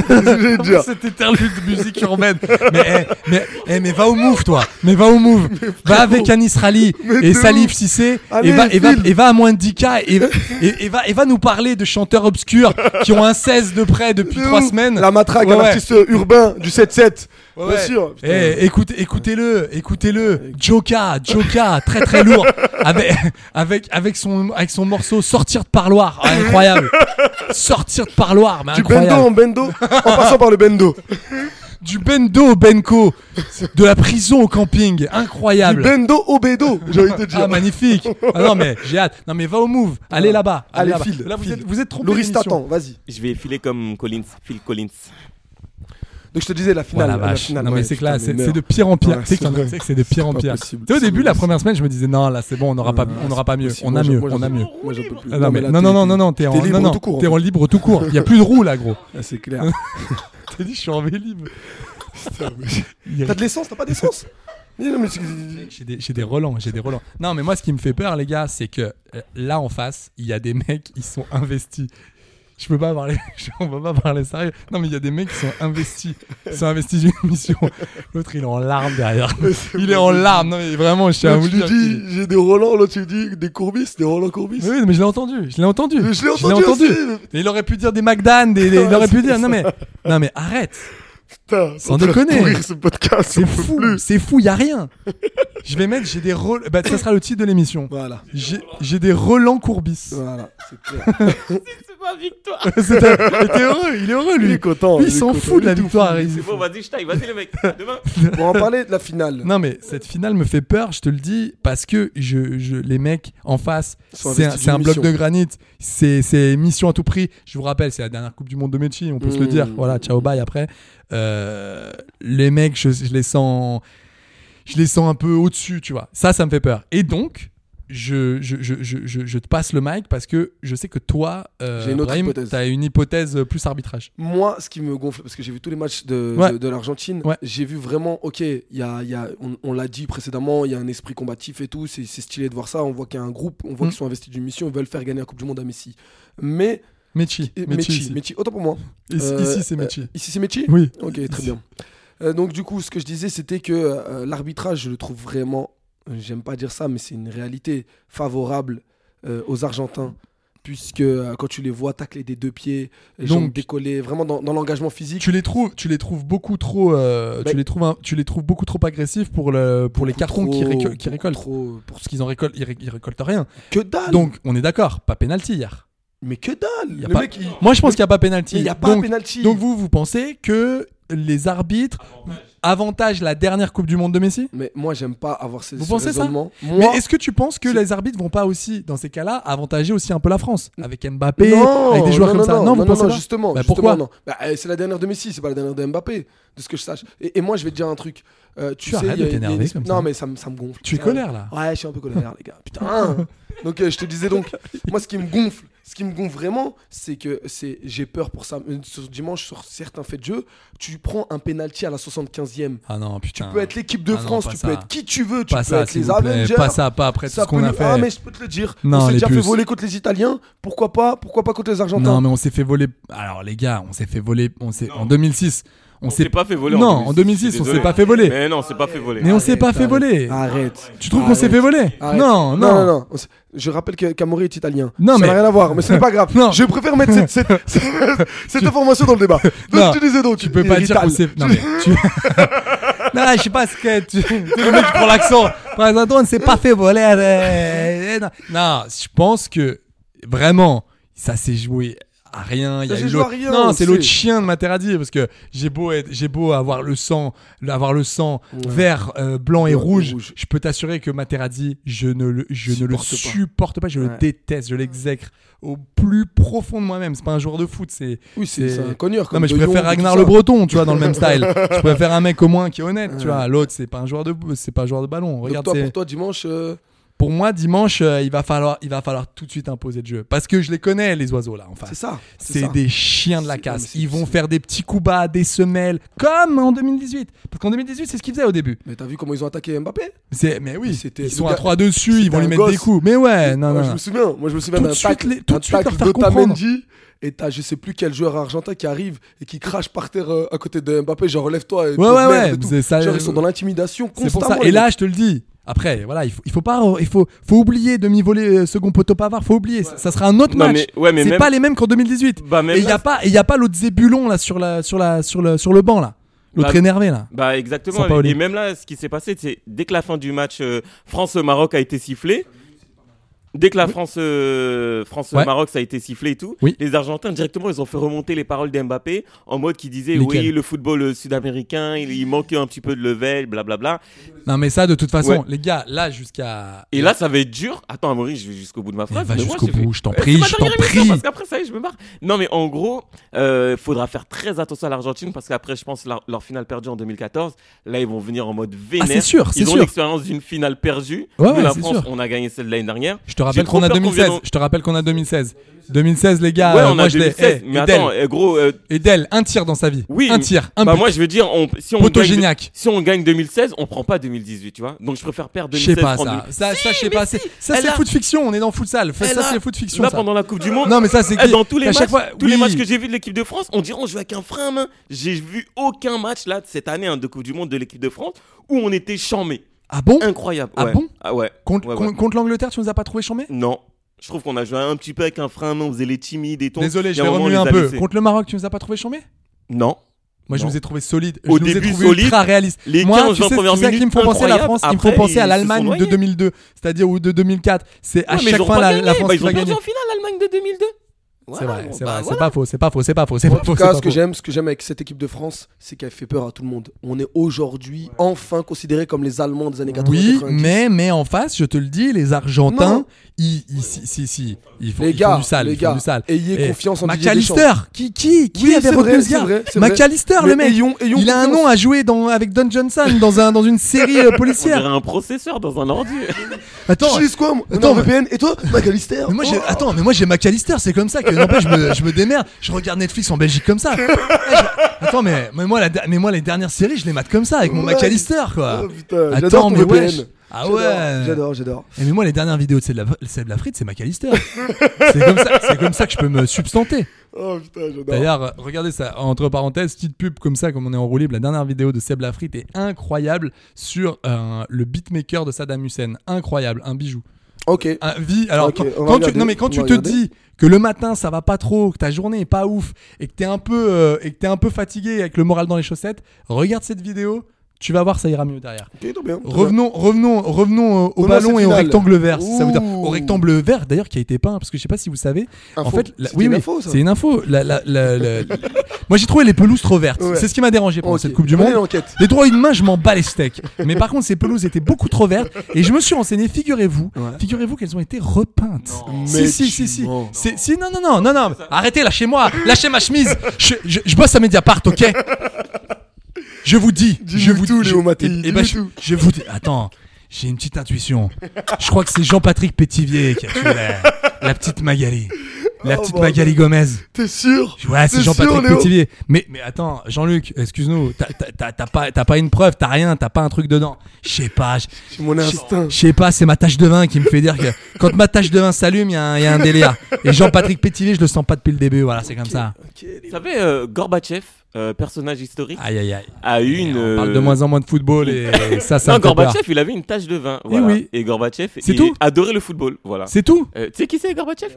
Speaker 8: désolé de dire.
Speaker 7: Après cette interlude de musique urbaine. mais, eh, mais, eh, mais va au move, toi. Mais va au move. va avec Anis Rally
Speaker 8: Mais de
Speaker 7: et Salif
Speaker 8: ouf.
Speaker 7: Cissé.
Speaker 8: Allez,
Speaker 7: Et va, et, va,
Speaker 8: file.
Speaker 7: et va à moins de 10K. Et, et, et va, et va nous parler de chanteurs obscurs qui ont un 16 de près depuis
Speaker 8: De
Speaker 7: 3
Speaker 8: ouf.
Speaker 7: semaines.
Speaker 8: La matraque,
Speaker 7: Ouais,
Speaker 8: un
Speaker 7: ouais.
Speaker 8: artiste urbain du 7-7.
Speaker 7: Ouais,
Speaker 8: Bien
Speaker 7: ouais.
Speaker 8: sûr. putain.
Speaker 7: Eh, écoutez, écoutez-le, écoutez-le. Joka, Joka, très très lourd. Avec, avec, avec, son, avec son morceau Sortir de parloir. Ah, incroyable. Sortir de parloir, mais
Speaker 8: Du bendo
Speaker 7: incroyable.
Speaker 8: en bendo, en passant par le bendo.
Speaker 7: Du bendo au benko. De la prison au camping.
Speaker 8: Du
Speaker 7: Incroyable.
Speaker 8: bendo au bédo, j'ai envie de te dire.
Speaker 7: Ah, magnifique. Ah non, mais j'ai hâte. Non, mais va au move. Allez là-bas.
Speaker 8: Ah. Allez,
Speaker 7: là-bas.
Speaker 8: file,
Speaker 7: Là, vous
Speaker 8: file.
Speaker 7: êtes, vous êtes trompé.
Speaker 8: Loris
Speaker 7: d'émission.
Speaker 8: t'attend, vas-y.
Speaker 3: Je vais filer comme Collins, Phil Collins.
Speaker 8: Donc je te disais la
Speaker 7: Oh
Speaker 8: finale.
Speaker 7: la vache.
Speaker 8: finale,
Speaker 7: non, mais
Speaker 8: ouais,
Speaker 7: c'est que
Speaker 8: putain,
Speaker 7: là,
Speaker 8: mais
Speaker 7: c'est
Speaker 8: merde.
Speaker 7: c'est de pire en pire.
Speaker 8: Ouais,
Speaker 7: Tu sais que
Speaker 8: c'est
Speaker 7: t'en-
Speaker 8: vrai.
Speaker 7: tu sais que c'est de pire en
Speaker 8: pas
Speaker 7: pire. Tu
Speaker 8: possible,
Speaker 7: sais, au
Speaker 8: c'est
Speaker 7: début,
Speaker 8: pas
Speaker 7: la
Speaker 8: possible.
Speaker 7: première semaine, je me disais, non, là, c'est bon, on n'aura pas, on n'aura pas mieux.
Speaker 8: Possible,
Speaker 7: On
Speaker 8: moi,
Speaker 7: a
Speaker 8: j'en-
Speaker 7: mieux.
Speaker 8: moi, j'en
Speaker 7: On a
Speaker 8: peux
Speaker 7: mieux.
Speaker 8: plus. Moi, j'en peux plus.
Speaker 7: Ah, non, mais-
Speaker 8: là,
Speaker 7: non,
Speaker 8: t'es-
Speaker 7: non, non, non, non, t'es en,
Speaker 8: libre
Speaker 7: non, non,
Speaker 8: tout court, en
Speaker 7: t'es en
Speaker 8: fait.
Speaker 7: libre tout court. Il y a plus de roue là, gros.
Speaker 8: Ah, c'est clair.
Speaker 7: T'as dit, je suis en vélib.
Speaker 8: T'as de l'essence, t'as pas d'essence Mais non, mais c'est-
Speaker 7: J'ai des, j'ai des relents, j'ai des relents. Non, mais moi, ce qui me fait peur, les gars, c'est que euh, là, en face, il y a des mecs, ils sont investis. Je peux pas parler, je- on va pas parler sérieux. Non, mais il y a des mecs qui sont investis. Ils sont investis d'une mission. L'autre, il est en larmes derrière. Il est en larmes. Non, mais vraiment, je tiens à
Speaker 8: Là,
Speaker 7: vous
Speaker 8: tu
Speaker 7: le
Speaker 8: lui
Speaker 7: dire. qu'il est-
Speaker 8: dis, j'ai des Roland, là, tu lui dis des Courbis, des Roland Courbis.
Speaker 7: Mais oui, mais je l'ai entendu, je l'ai entendu.
Speaker 8: Mais je l'ai entendu aussi.
Speaker 7: Et il aurait pu dire des McDan, des, des- il
Speaker 8: Ouais,
Speaker 7: aurait pu
Speaker 8: c'est
Speaker 7: dire non
Speaker 8: ça.
Speaker 7: mais non mais arrête,
Speaker 8: Putain,
Speaker 7: Sans
Speaker 8: on peut
Speaker 7: déconner.
Speaker 8: pourrir ce podcast,
Speaker 7: c'est
Speaker 8: on peut
Speaker 7: fou,
Speaker 8: plus.
Speaker 7: c'est fou, y a rien. Je vais mettre j'ai des rel- bah ça sera le titre de l'émission.
Speaker 8: Voilà,
Speaker 7: J'ai j'ai des relents courbis.
Speaker 8: voilà, c'est clair.
Speaker 3: C'est pas victoire.
Speaker 7: C'est un- et t'es heureux, il est heureux lui.
Speaker 8: Il est content,
Speaker 7: Lui, il
Speaker 8: il est
Speaker 7: s'en
Speaker 8: content,
Speaker 7: fout de
Speaker 8: il
Speaker 7: la
Speaker 8: est tout
Speaker 7: victoire. il-
Speaker 3: Bon, vas-y, je taille, vas-y les mecs. Demain.
Speaker 8: Bon, on va parler de la finale.
Speaker 7: Non mais cette finale me fait peur, je te le dis, parce que je, je- les mecs en face,
Speaker 8: sont
Speaker 7: c'est un,
Speaker 8: investis
Speaker 7: c'est un
Speaker 8: d'une
Speaker 7: bloc
Speaker 8: mission.
Speaker 7: de granit, c'est c'est mission à tout prix. Je vous rappelle, c'est la dernière Coupe du Monde de Messi, on peut se le dire.
Speaker 8: Mmh.
Speaker 7: Voilà, ciao bye après. Euh, les mecs, je, je les sens, je les sens un peu au-dessus, tu vois. Ça, ça me fait peur. Et donc. Je, je, je, je, je- je te passe le mic parce que je sais que toi, euh,
Speaker 8: J'ai une autre
Speaker 7: Brahim,
Speaker 8: hypothèse.
Speaker 7: t'as une hypothèse plus arbitrage.
Speaker 8: Moi, ce qui me gonfle, parce que j'ai vu tous les matchs de,
Speaker 7: Ouais.
Speaker 8: de, de l'Argentine,
Speaker 7: Ouais.
Speaker 8: j'ai vu vraiment, ok, il y a, il y a- on, on l'a dit précédemment, il y a un esprit combatif et tout, c'est c'est stylé de voir ça, on voit qu'il y a un groupe, on voit
Speaker 7: Mm.
Speaker 8: qu'ils sont investis d'une mission, ils veulent faire gagner la Coupe du Monde à Messi. Mais,
Speaker 7: Mechi.
Speaker 8: et-
Speaker 7: Mechi
Speaker 8: Messi,
Speaker 7: ici.
Speaker 8: Messi, autant pour moi.
Speaker 7: Ici,
Speaker 8: Euh,
Speaker 7: ici, c'est
Speaker 8: euh,
Speaker 7: Mechi.
Speaker 8: Ici, c'est Messi
Speaker 7: Oui.
Speaker 8: Ok, très
Speaker 7: Ici.
Speaker 8: bien. Euh, donc du coup, ce que je disais, c'était que euh, l'arbitrage, je le trouve vraiment, euh, j'aime pas dire ça, mais c'est une réalité favorable euh, aux Argentins. Puisque euh, quand tu les vois tacler des deux pieds, les
Speaker 7: Donc-
Speaker 8: jambes décollées, vraiment dans, dans l'engagement physique,
Speaker 7: tu les trouves tu les trouves beaucoup trop euh,
Speaker 8: Bah,
Speaker 7: tu les trouves un- tu les trouves beaucoup trop agressifs pour le pour les
Speaker 8: beaucoup
Speaker 7: cartons qui,
Speaker 8: trop-
Speaker 7: récol- qui
Speaker 8: beaucoup
Speaker 7: récoltent
Speaker 8: trop- pour
Speaker 7: pour ce qu'ils en récoltent ils, ré- ils récoltent rien
Speaker 8: que dalle
Speaker 7: donc on est d'accord pas penalty hier
Speaker 8: Mais que dalle
Speaker 7: Y a
Speaker 8: Le
Speaker 7: pas-
Speaker 8: mec, il...
Speaker 7: moi je pense qu'il n'y a pas penalty
Speaker 8: il n'y a pas
Speaker 7: donc,
Speaker 8: pénalty.
Speaker 7: donc vous vous pensez que les arbitres avantagent la dernière coupe du monde de Messi
Speaker 8: Mais moi, j'aime pas avoir ces
Speaker 7: vous pensez ça
Speaker 8: raisonnements.
Speaker 7: Mais est-ce que tu penses que
Speaker 8: c'est-
Speaker 7: les arbitres vont pas aussi, dans ces cas-là, avantager aussi un peu la France Avec Mbappé,
Speaker 8: non,
Speaker 7: avec des joueurs
Speaker 8: non,
Speaker 7: comme
Speaker 8: non,
Speaker 7: ça
Speaker 8: Non,
Speaker 7: vous
Speaker 8: non,
Speaker 7: pensez
Speaker 8: non,
Speaker 7: pas
Speaker 8: justement.
Speaker 7: Bah,
Speaker 8: justement,
Speaker 7: Pourquoi
Speaker 8: non. Bah, euh, c'est la dernière de Messi, c'est pas la dernière de Mbappé, de ce que je sache. Et, et moi, je vais te dire un truc. Euh, tu
Speaker 7: Tu
Speaker 8: sais,
Speaker 7: arrêtes
Speaker 8: il y a-
Speaker 7: de
Speaker 8: il y a
Speaker 7: t'énerver
Speaker 8: une-
Speaker 7: comme ça.
Speaker 8: Non, mais ça, me- ça me gonfle.
Speaker 7: Tu es
Speaker 8: putain.
Speaker 7: colère, là.
Speaker 8: Ouais, je suis un peu colère, les gars. Putain. donc, euh, je te disais donc, moi, ce qui me gonfle, ce qui me gonfle vraiment, c'est que c'est j'ai peur pour ça. Euh, Sur dimanche, sur certains faits de jeu, tu prends un penalty à la 75e.
Speaker 7: Ah non, putain.
Speaker 8: Tu peux être l'équipe de
Speaker 7: Ah non,
Speaker 8: France,
Speaker 7: pas
Speaker 8: tu
Speaker 7: ça.
Speaker 8: peux être qui tu veux, tu
Speaker 7: Pas
Speaker 8: peux
Speaker 7: ça,
Speaker 8: être
Speaker 7: s'il
Speaker 8: les
Speaker 7: vous plaît.
Speaker 8: Avengers.
Speaker 7: Pas ça, pas après tout
Speaker 8: Ça
Speaker 7: ce qu'on
Speaker 8: peut
Speaker 7: a
Speaker 8: nous-
Speaker 7: fait.
Speaker 8: Ah, mais je peux te le dire.
Speaker 7: Non,
Speaker 8: on s'est
Speaker 7: les
Speaker 8: déjà fait
Speaker 7: puces.
Speaker 8: voler contre les Italiens. Pourquoi pas Pourquoi pas contre les Argentins
Speaker 7: Non, mais on s'est fait voler. Alors, les gars, on s'est fait voler. On s'est... En 2006, on,
Speaker 3: On s'est pas fait voler.
Speaker 7: Non, en 2006,
Speaker 3: je suis
Speaker 7: on s'est
Speaker 3: désolé.
Speaker 7: pas fait voler.
Speaker 3: Mais non, on s'est pas fait voler.
Speaker 7: Mais on s'est pas fait
Speaker 8: Arrête,
Speaker 7: voler.
Speaker 8: Arrête.
Speaker 7: Tu trouves qu'on s'est
Speaker 8: Arrête.
Speaker 7: fait voler
Speaker 8: Arrête.
Speaker 7: Non, non.
Speaker 8: non, non, non. On s- Je rappelle que Camori est italien.
Speaker 7: Non,
Speaker 8: ça
Speaker 7: mais-
Speaker 8: n'a rien à voir, mais ce n'est pas grave.
Speaker 7: Non.
Speaker 8: Je préfère mettre cette, cette, cette, cette information dans le débat.
Speaker 7: Non.
Speaker 8: Donc, tu disais donc.
Speaker 7: Tu peux pas dire qu'on s'est. Non, mais tu. non, là, je sais pas ce que. Tu... Le mec prend l'accent. Par exemple, on s'est pas fait voler. euh, euh, Non, Non, je pense que vraiment, ça s'est joué à rien. Il y
Speaker 8: Ça,
Speaker 7: a
Speaker 8: j'ai
Speaker 7: eu
Speaker 8: joué
Speaker 7: l'autre-
Speaker 8: à rien,
Speaker 7: non,
Speaker 8: on
Speaker 7: c'est l'autre
Speaker 8: sait.
Speaker 7: chien de Materazzi parce que j'ai beau être- j'ai beau avoir le sang, avoir le sang vert, euh, blanc et
Speaker 8: Blanc et
Speaker 7: rouge, je peux t'assurer que Materazzi, je ne le, je ne le
Speaker 8: Supporte pas.
Speaker 7: supporte pas, je le
Speaker 8: Ouais.
Speaker 7: déteste, je l'exècre au plus profond de moi-même. C'est pas un joueur de foot, c'est
Speaker 8: Oui, c'est- c'est un cogneur,
Speaker 7: Non
Speaker 8: comme
Speaker 7: mais je
Speaker 8: De
Speaker 7: préfère
Speaker 8: Jong et
Speaker 7: Ragnar
Speaker 8: tout
Speaker 7: le
Speaker 8: ça.
Speaker 7: Breton, tu vois, dans le même style. Je préfère un mec au moins qui est honnête, tu
Speaker 8: Ouais.
Speaker 7: vois. L'autre, c'est pas un joueur de c'est pas un joueur de ballon. Regarde
Speaker 8: toi,
Speaker 7: c'est-
Speaker 8: pour toi, dimanche. euh,
Speaker 7: pour moi, dimanche, euh, il, va falloir, il va falloir tout de suite imposer le jeu. Parce que je les connais, les oiseaux, là, en face.
Speaker 8: C'est ça, c'est
Speaker 7: Bah, C'est
Speaker 8: ça.
Speaker 7: des chiens de la casse. Ils vont faire des petits coups bas, des semelles, comme en 2018. Parce qu'en 2018, c'est ce qu'ils faisaient au début.
Speaker 8: Mais t'as vu comment ils ont attaqué Mbappé
Speaker 7: C'est- Mais oui,
Speaker 8: C'était-
Speaker 7: ils sont
Speaker 8: le
Speaker 7: à
Speaker 8: gars-
Speaker 7: 3 dessus, ils
Speaker 8: c'était
Speaker 7: vont lui
Speaker 8: un
Speaker 7: mettre des
Speaker 8: gosse.
Speaker 7: coups. Mais ouais, Euh, non,
Speaker 8: Moi,
Speaker 7: non.
Speaker 8: Je
Speaker 7: non.
Speaker 8: me souviens, moi je me souviens
Speaker 7: Tout
Speaker 8: d'un
Speaker 7: de suite,
Speaker 8: tacle,
Speaker 7: les- tout
Speaker 8: d'un
Speaker 7: de suite leur
Speaker 8: tacle
Speaker 7: faire
Speaker 8: d'Otamendi et t'as je sais plus quel joueur argentin qui arrive et qui crache par terre euh, à côté de Mbappé, genre relève-toi et
Speaker 7: Ouais,
Speaker 8: pauvre
Speaker 7: ouais,
Speaker 8: merde
Speaker 7: ouais,
Speaker 8: et tout.
Speaker 7: c'est ça,
Speaker 8: genre
Speaker 7: euh,
Speaker 8: ils sont dans l'intimidation
Speaker 7: C'est pour
Speaker 8: constamment.
Speaker 7: ça. Et là, je te le dis. Après, voilà, il faut, il faut pas, il faut, faut oublier demi-voler euh, second poteau pavard, faut oublier. Ça, ça sera un autre
Speaker 3: Non,
Speaker 7: match.
Speaker 3: mais- ouais, mais
Speaker 7: c'est
Speaker 3: même-
Speaker 7: pas les mêmes qu'en 2018.
Speaker 3: Bah, même
Speaker 7: et il y
Speaker 3: là-
Speaker 7: a pas, et il y a pas l'autre Zébulon là sur la, sur la, sur le, sur le banc là. L'autre
Speaker 3: Bah,
Speaker 7: énervé là.
Speaker 3: Bah exactement.
Speaker 7: Sampaoli.
Speaker 3: Et même là, ce qui s'est passé, c'est dès que la fin du match euh, France-Maroc a été sifflée. Dès que la France, euh, France-Maroc, ça a été sifflé et tout,
Speaker 7: Oui.
Speaker 3: les Argentins directement, ils ont fait remonter les paroles d'Mbappé en mode qui disait
Speaker 7: Lesquelles
Speaker 3: oui, le football euh, sud-américain, il, il manquait un petit peu de level, blablabla.
Speaker 7: Non, mais ça, de toute façon,
Speaker 3: Ouais.
Speaker 7: les gars, là jusqu'à. Eh,
Speaker 3: Et là, ça va être dur. Attends, Amaury, je vais jusqu'au bout de ma phrase.
Speaker 7: va
Speaker 3: mais moi,
Speaker 7: ben, jusqu'au
Speaker 3: j'ai fait-
Speaker 7: bout, je t'en
Speaker 3: Eh, c'est
Speaker 7: prie,
Speaker 3: ma
Speaker 7: je
Speaker 3: dernière
Speaker 7: t'en
Speaker 3: émission,
Speaker 7: prie.
Speaker 3: Parce qu'après, ça y est, je me barre. Non, mais en gros, euh, faudra faire très attention à l'Argentine parce qu'après, je pense, leur, leur finale perdue en 2014, là, ils vont venir en mode vénère.
Speaker 7: Ah, c'est sûr, c'est
Speaker 3: Ils ont
Speaker 7: sûr.
Speaker 3: l'expérience d'une finale perdue.
Speaker 7: Ouais,
Speaker 3: Nous,
Speaker 7: ouais,
Speaker 3: la
Speaker 7: c'est
Speaker 3: France,
Speaker 7: sûr.
Speaker 3: on a gagné celle de l'année dernière.
Speaker 7: Je te rappelle
Speaker 3: J'ai trop
Speaker 7: qu'on a
Speaker 3: peur
Speaker 7: 2016.
Speaker 3: vienne en-
Speaker 7: Je te rappelle qu'on a 2016. 2016, les gars.
Speaker 3: Ouais,
Speaker 7: euh,
Speaker 3: on
Speaker 7: moi,
Speaker 3: a
Speaker 7: je l'ai-
Speaker 3: 2016.
Speaker 7: eh,
Speaker 3: Mais
Speaker 7: Edel.
Speaker 3: attends, eh, gros. euh,
Speaker 7: Edel, un tir dans sa vie.
Speaker 3: oui,
Speaker 7: un
Speaker 3: mais-
Speaker 7: tir. Un
Speaker 3: bah
Speaker 7: but.
Speaker 3: moi je veux dire, on- si, on
Speaker 7: Poteau
Speaker 3: gagne,
Speaker 7: Gignac.
Speaker 3: si on gagne 2016, on prend pas 2018, tu vois. Donc je préfère perdre
Speaker 7: Je sais
Speaker 3: 2016.
Speaker 7: pas
Speaker 3: prendre
Speaker 7: ça.
Speaker 3: 2000.
Speaker 7: Ça, ça, je sais pas. c'est- Ça,
Speaker 3: Elle
Speaker 7: c'est
Speaker 3: a-
Speaker 7: foot fiction. On est dans foot sale. Ça,
Speaker 3: Elle a-
Speaker 7: c'est foot fiction.
Speaker 3: Là,
Speaker 7: ça.
Speaker 3: pendant la Coupe du Monde.
Speaker 7: Non, mais ça, c'est
Speaker 3: eh, dans
Speaker 7: qui-
Speaker 3: tous les
Speaker 7: à chaque
Speaker 3: matchs,
Speaker 7: fois-
Speaker 3: tous les
Speaker 7: oui.
Speaker 3: matchs que j'ai vus de l'équipe de France, on dirait on joue avec un frein à main. J'ai vu aucun match là de cette année hein, de Coupe du Monde de l'équipe de France où on était chamé.
Speaker 7: Ah bon
Speaker 3: Incroyable.
Speaker 7: Ah
Speaker 3: ouais.
Speaker 7: bon
Speaker 3: Ah ouais.
Speaker 7: Contre,
Speaker 3: Ouais, ouais.
Speaker 7: contre- contre l'Angleterre, tu nous as pas trouvé chambé
Speaker 3: Non. Je trouve qu'on a joué un petit peu avec un frein à main, on faisait les timides et tout.
Speaker 7: Désolé,
Speaker 3: Et
Speaker 7: je
Speaker 3: à
Speaker 7: vais
Speaker 3: moment, on
Speaker 7: remuer
Speaker 3: les
Speaker 7: un
Speaker 3: a
Speaker 7: peu.
Speaker 3: laissés.
Speaker 7: Contre le Maroc, tu nous as pas trouvé chambé
Speaker 3: Non.
Speaker 7: Moi, je
Speaker 3: Non.
Speaker 7: vous ai trouvé solide.
Speaker 3: Au
Speaker 7: je vous ai
Speaker 3: début,
Speaker 7: trouvé
Speaker 3: solide.
Speaker 7: ultra réaliste.
Speaker 3: Les
Speaker 7: Moi,
Speaker 3: 15
Speaker 7: tu sais, tu sais
Speaker 3: premières
Speaker 7: à qui
Speaker 3: minutes,
Speaker 7: me font penser à la
Speaker 3: incroyables.
Speaker 7: France, ils me font
Speaker 3: Après,
Speaker 7: penser à
Speaker 3: ils se sont
Speaker 7: l'Allemagne de
Speaker 3: noyés.
Speaker 7: 2002, c'est-à-dire ou de 2004. C'est à
Speaker 3: Ouais, mais ils
Speaker 7: chaque
Speaker 3: ont
Speaker 7: fois
Speaker 3: pas
Speaker 7: la,
Speaker 3: gagné.
Speaker 7: la France
Speaker 3: Bah,
Speaker 7: qui
Speaker 3: Ils
Speaker 7: va
Speaker 3: ont perdu
Speaker 7: gagner.
Speaker 3: en finale l'Allemagne de 2002.
Speaker 7: C'est vrai, c'est vrai,
Speaker 3: bah,
Speaker 7: c'est
Speaker 3: voilà.
Speaker 7: pas faux, c'est pas faux, c'est pas faux, c'est pas
Speaker 8: En
Speaker 7: faux.
Speaker 8: tout
Speaker 7: c'est pas
Speaker 8: cas, ce que
Speaker 7: faux.
Speaker 8: j'aime, ce que j'aime avec cette équipe de France, c'est qu'elle fait peur à tout le monde. On est aujourd'hui enfin considérés comme les Allemands des années 80.
Speaker 7: Oui,
Speaker 8: 90.
Speaker 7: mais mais en face, je te le dis, les Argentins,
Speaker 8: Non.
Speaker 7: ils, ils- si, si, si, ils font,
Speaker 8: Les
Speaker 7: ils font
Speaker 8: gars,
Speaker 7: du sale,
Speaker 8: les
Speaker 7: ils font
Speaker 8: gars,
Speaker 7: du sale. Eh,
Speaker 8: ayez
Speaker 7: Et
Speaker 8: confiance en Didier
Speaker 7: McAllister,
Speaker 8: Deschamps.
Speaker 7: qui qui qui
Speaker 8: Oui,
Speaker 7: avait
Speaker 8: c'est
Speaker 7: repris
Speaker 8: vrai,
Speaker 7: ce gars
Speaker 8: c'est vrai, c'est vrai.
Speaker 7: McAllister,
Speaker 8: Mais
Speaker 7: le mec,
Speaker 8: ayons- ayons
Speaker 7: il a un
Speaker 8: confiance.
Speaker 7: nom à jouer dans avec Don Johnson dans un dans une série euh,
Speaker 3: On dirait
Speaker 7: policière.
Speaker 3: un processeur dans un ordi.
Speaker 7: Attends,
Speaker 8: J'utilise quoi moi
Speaker 7: Attends,
Speaker 8: Non, VPN. Et toi, McAllister
Speaker 7: Mais moi, j'ai...
Speaker 8: Oh.
Speaker 7: Attends, mais moi j'ai McAllister, c'est comme ça que n'empêche, je, me, je me démerde. Je regarde Netflix en Belgique comme ça. Eh, je- Attends, mais, mais, moi, la, de- mais moi les dernières séries, je les mate comme ça avec mon
Speaker 8: Ouais.
Speaker 7: McAllister quoi.
Speaker 8: Oh, putain,
Speaker 7: Attends,
Speaker 8: j'adore ton
Speaker 7: mais
Speaker 8: VPN.
Speaker 7: wesh. Ah
Speaker 8: J'adore,
Speaker 7: ouais.
Speaker 8: J'adore, j'adore.
Speaker 7: Et mais moi les dernières vidéos de Seb Laf- Seb Lafrite, c'est McAllister. c'est, comme ça, c'est comme ça que je peux me substanter.
Speaker 8: Oh putain, j'adore.
Speaker 7: D'ailleurs, euh, regardez ça, entre parenthèses, petite pub comme ça, comme on est enroulé, la dernière vidéo de Seb Lafrite est incroyable sur euh, le beatmaker de Saddam Hussein. Incroyable, un bijou.
Speaker 8: Ok.
Speaker 7: Un vie. Alors,
Speaker 8: Ok,
Speaker 7: quand,
Speaker 8: on va
Speaker 7: quand tu,
Speaker 8: regarder,
Speaker 7: non, mais quand
Speaker 8: on
Speaker 7: tu
Speaker 8: va
Speaker 7: te
Speaker 8: regarder.
Speaker 7: dis que le matin ça va pas trop, que ta journée est pas ouf et que t'es un peu euh, et que t'es un peu fatigué avec le moral dans les chaussettes, regarde cette vidéo. Tu vas voir, ça ira mieux derrière.
Speaker 8: Ok, trop bien, trop bien.
Speaker 7: Revenons, revenons, revenons euh, au
Speaker 8: Revenons à cette
Speaker 7: ballon et au
Speaker 8: finale.
Speaker 7: rectangle vert. si ça veut dire
Speaker 8: Ouh.
Speaker 7: au rectangle vert d'ailleurs qui a été peint parce que je sais pas si vous savez. En
Speaker 8: Info.
Speaker 7: fait, la-
Speaker 8: C'était
Speaker 7: oui,
Speaker 8: une
Speaker 7: oui,
Speaker 8: info, ça.
Speaker 7: c'est une info. La- la- la- la- la- Moi j'ai trouvé les pelouses trop vertes.
Speaker 8: Ouais.
Speaker 7: C'est ce qui m'a dérangé pendant
Speaker 8: Ok.
Speaker 7: cette Coupe du
Speaker 8: Prenez
Speaker 7: Monde.
Speaker 8: l'enquête.
Speaker 7: Les droits une main, je m'en bats les steaks. Mais par contre, ces pelouses étaient beaucoup trop vertes. Et je me suis renseigné, figurez-vous, figurez-vous qu'elles ont été repeintes. Si,
Speaker 8: Mais
Speaker 7: si,
Speaker 8: tu
Speaker 7: si, si.
Speaker 8: mens.
Speaker 7: C'est- Si, non, non, non, non, non. Arrêtez, lâchez-moi, lâchez ma chemise. Je, je- je bosse à Mediapart, ok Je vous dis, je vous
Speaker 8: tout,
Speaker 7: je-
Speaker 8: Léo Mattei,
Speaker 7: eh- eh
Speaker 8: dis-nous
Speaker 7: ben, je,
Speaker 8: tout.
Speaker 7: je vous dis, attends, j'ai une petite intuition. Je crois que c'est Jean-Patrick Pétivier qui a tué la, la petite Magali. La
Speaker 8: Oh,
Speaker 7: petite
Speaker 8: bordel.
Speaker 7: Magali Gomez.
Speaker 8: T'es sûr
Speaker 7: Ouais, c'est
Speaker 8: T'es sûr,
Speaker 7: Jean-Patrick
Speaker 8: Léo
Speaker 7: Pétivier. Mais, mais attends, Jean-Luc, excuse-nous, t'as- t'as- t'as t'as pas, t'as pas une preuve, t'as rien, t'as pas un truc dedans. Je sais pas. je-
Speaker 8: C'est mon instinct.
Speaker 7: Je sais pas, c'est ma tache de vin qui me fait dire que quand ma tache de vin s'allume, il y, a un- il y a un délire. Et Jean-Patrick Pétivier, je le sens pas depuis le début, voilà, c'est comme ça.
Speaker 3: Vous savez, euh, Gorbatchev, euh, personnage historique,
Speaker 7: Aïe, aïe, aïe.
Speaker 3: a eu une.
Speaker 7: Ah, On parle de
Speaker 3: euh,
Speaker 7: moins en moins de football et ça, ça
Speaker 3: non,
Speaker 7: me fait peur.
Speaker 3: Gorbatchev, il avait une tache de vin. voilà.
Speaker 7: oui.
Speaker 3: Et Gorbatchev
Speaker 7: C'est
Speaker 3: il
Speaker 7: tout
Speaker 3: adorait le football. Voilà.
Speaker 7: C'est tout
Speaker 3: Euh, tu sais qui c'est Gorbatchev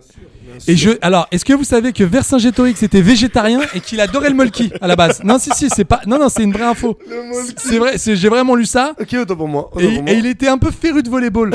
Speaker 7: Et je, alors, est-ce que vous savez que Vercingétorix était végétarien et qu'il adorait le molki à la base Non, si, si, c'est pas. Non, non, c'est une vraie info. C'est vrai, c'est- j'ai vraiment lu ça.
Speaker 8: Ok, autant pour moi. autant
Speaker 7: Et,
Speaker 8: pour moi.
Speaker 7: et il était un peu féru de volleyball,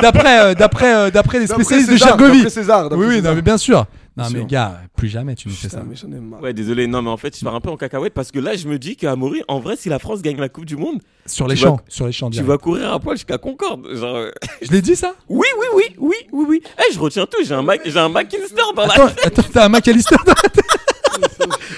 Speaker 7: d'après euh, d'après euh, d'après les
Speaker 8: D'après
Speaker 7: spécialistes de
Speaker 8: César,
Speaker 7: Gergovie.
Speaker 8: d'après César, d'après
Speaker 7: oui, oui,
Speaker 8: César.
Speaker 7: non, mais bien sûr. Non, mais gars, plus jamais tu me fais ça.
Speaker 8: Ah,
Speaker 3: Ouais, désolé, non, mais en fait, je pars un peu en cacahuète parce que là, je me dis qu'à Maury, en vrai, si la France gagne la Coupe du Monde.
Speaker 7: Sur les
Speaker 3: tu
Speaker 7: champs,
Speaker 3: vas-
Speaker 7: sur les champs
Speaker 3: Tu
Speaker 7: direct.
Speaker 3: vas courir à poil jusqu'à Concorde. Genre... euh,
Speaker 7: Je l'ai dit ça
Speaker 3: Oui, oui, oui, oui, oui, oui. Eh, je retiens tout, j'ai un, Mac... j'ai un McKinster dans la
Speaker 7: Attends, attends, t'as un McAllister dans la tête.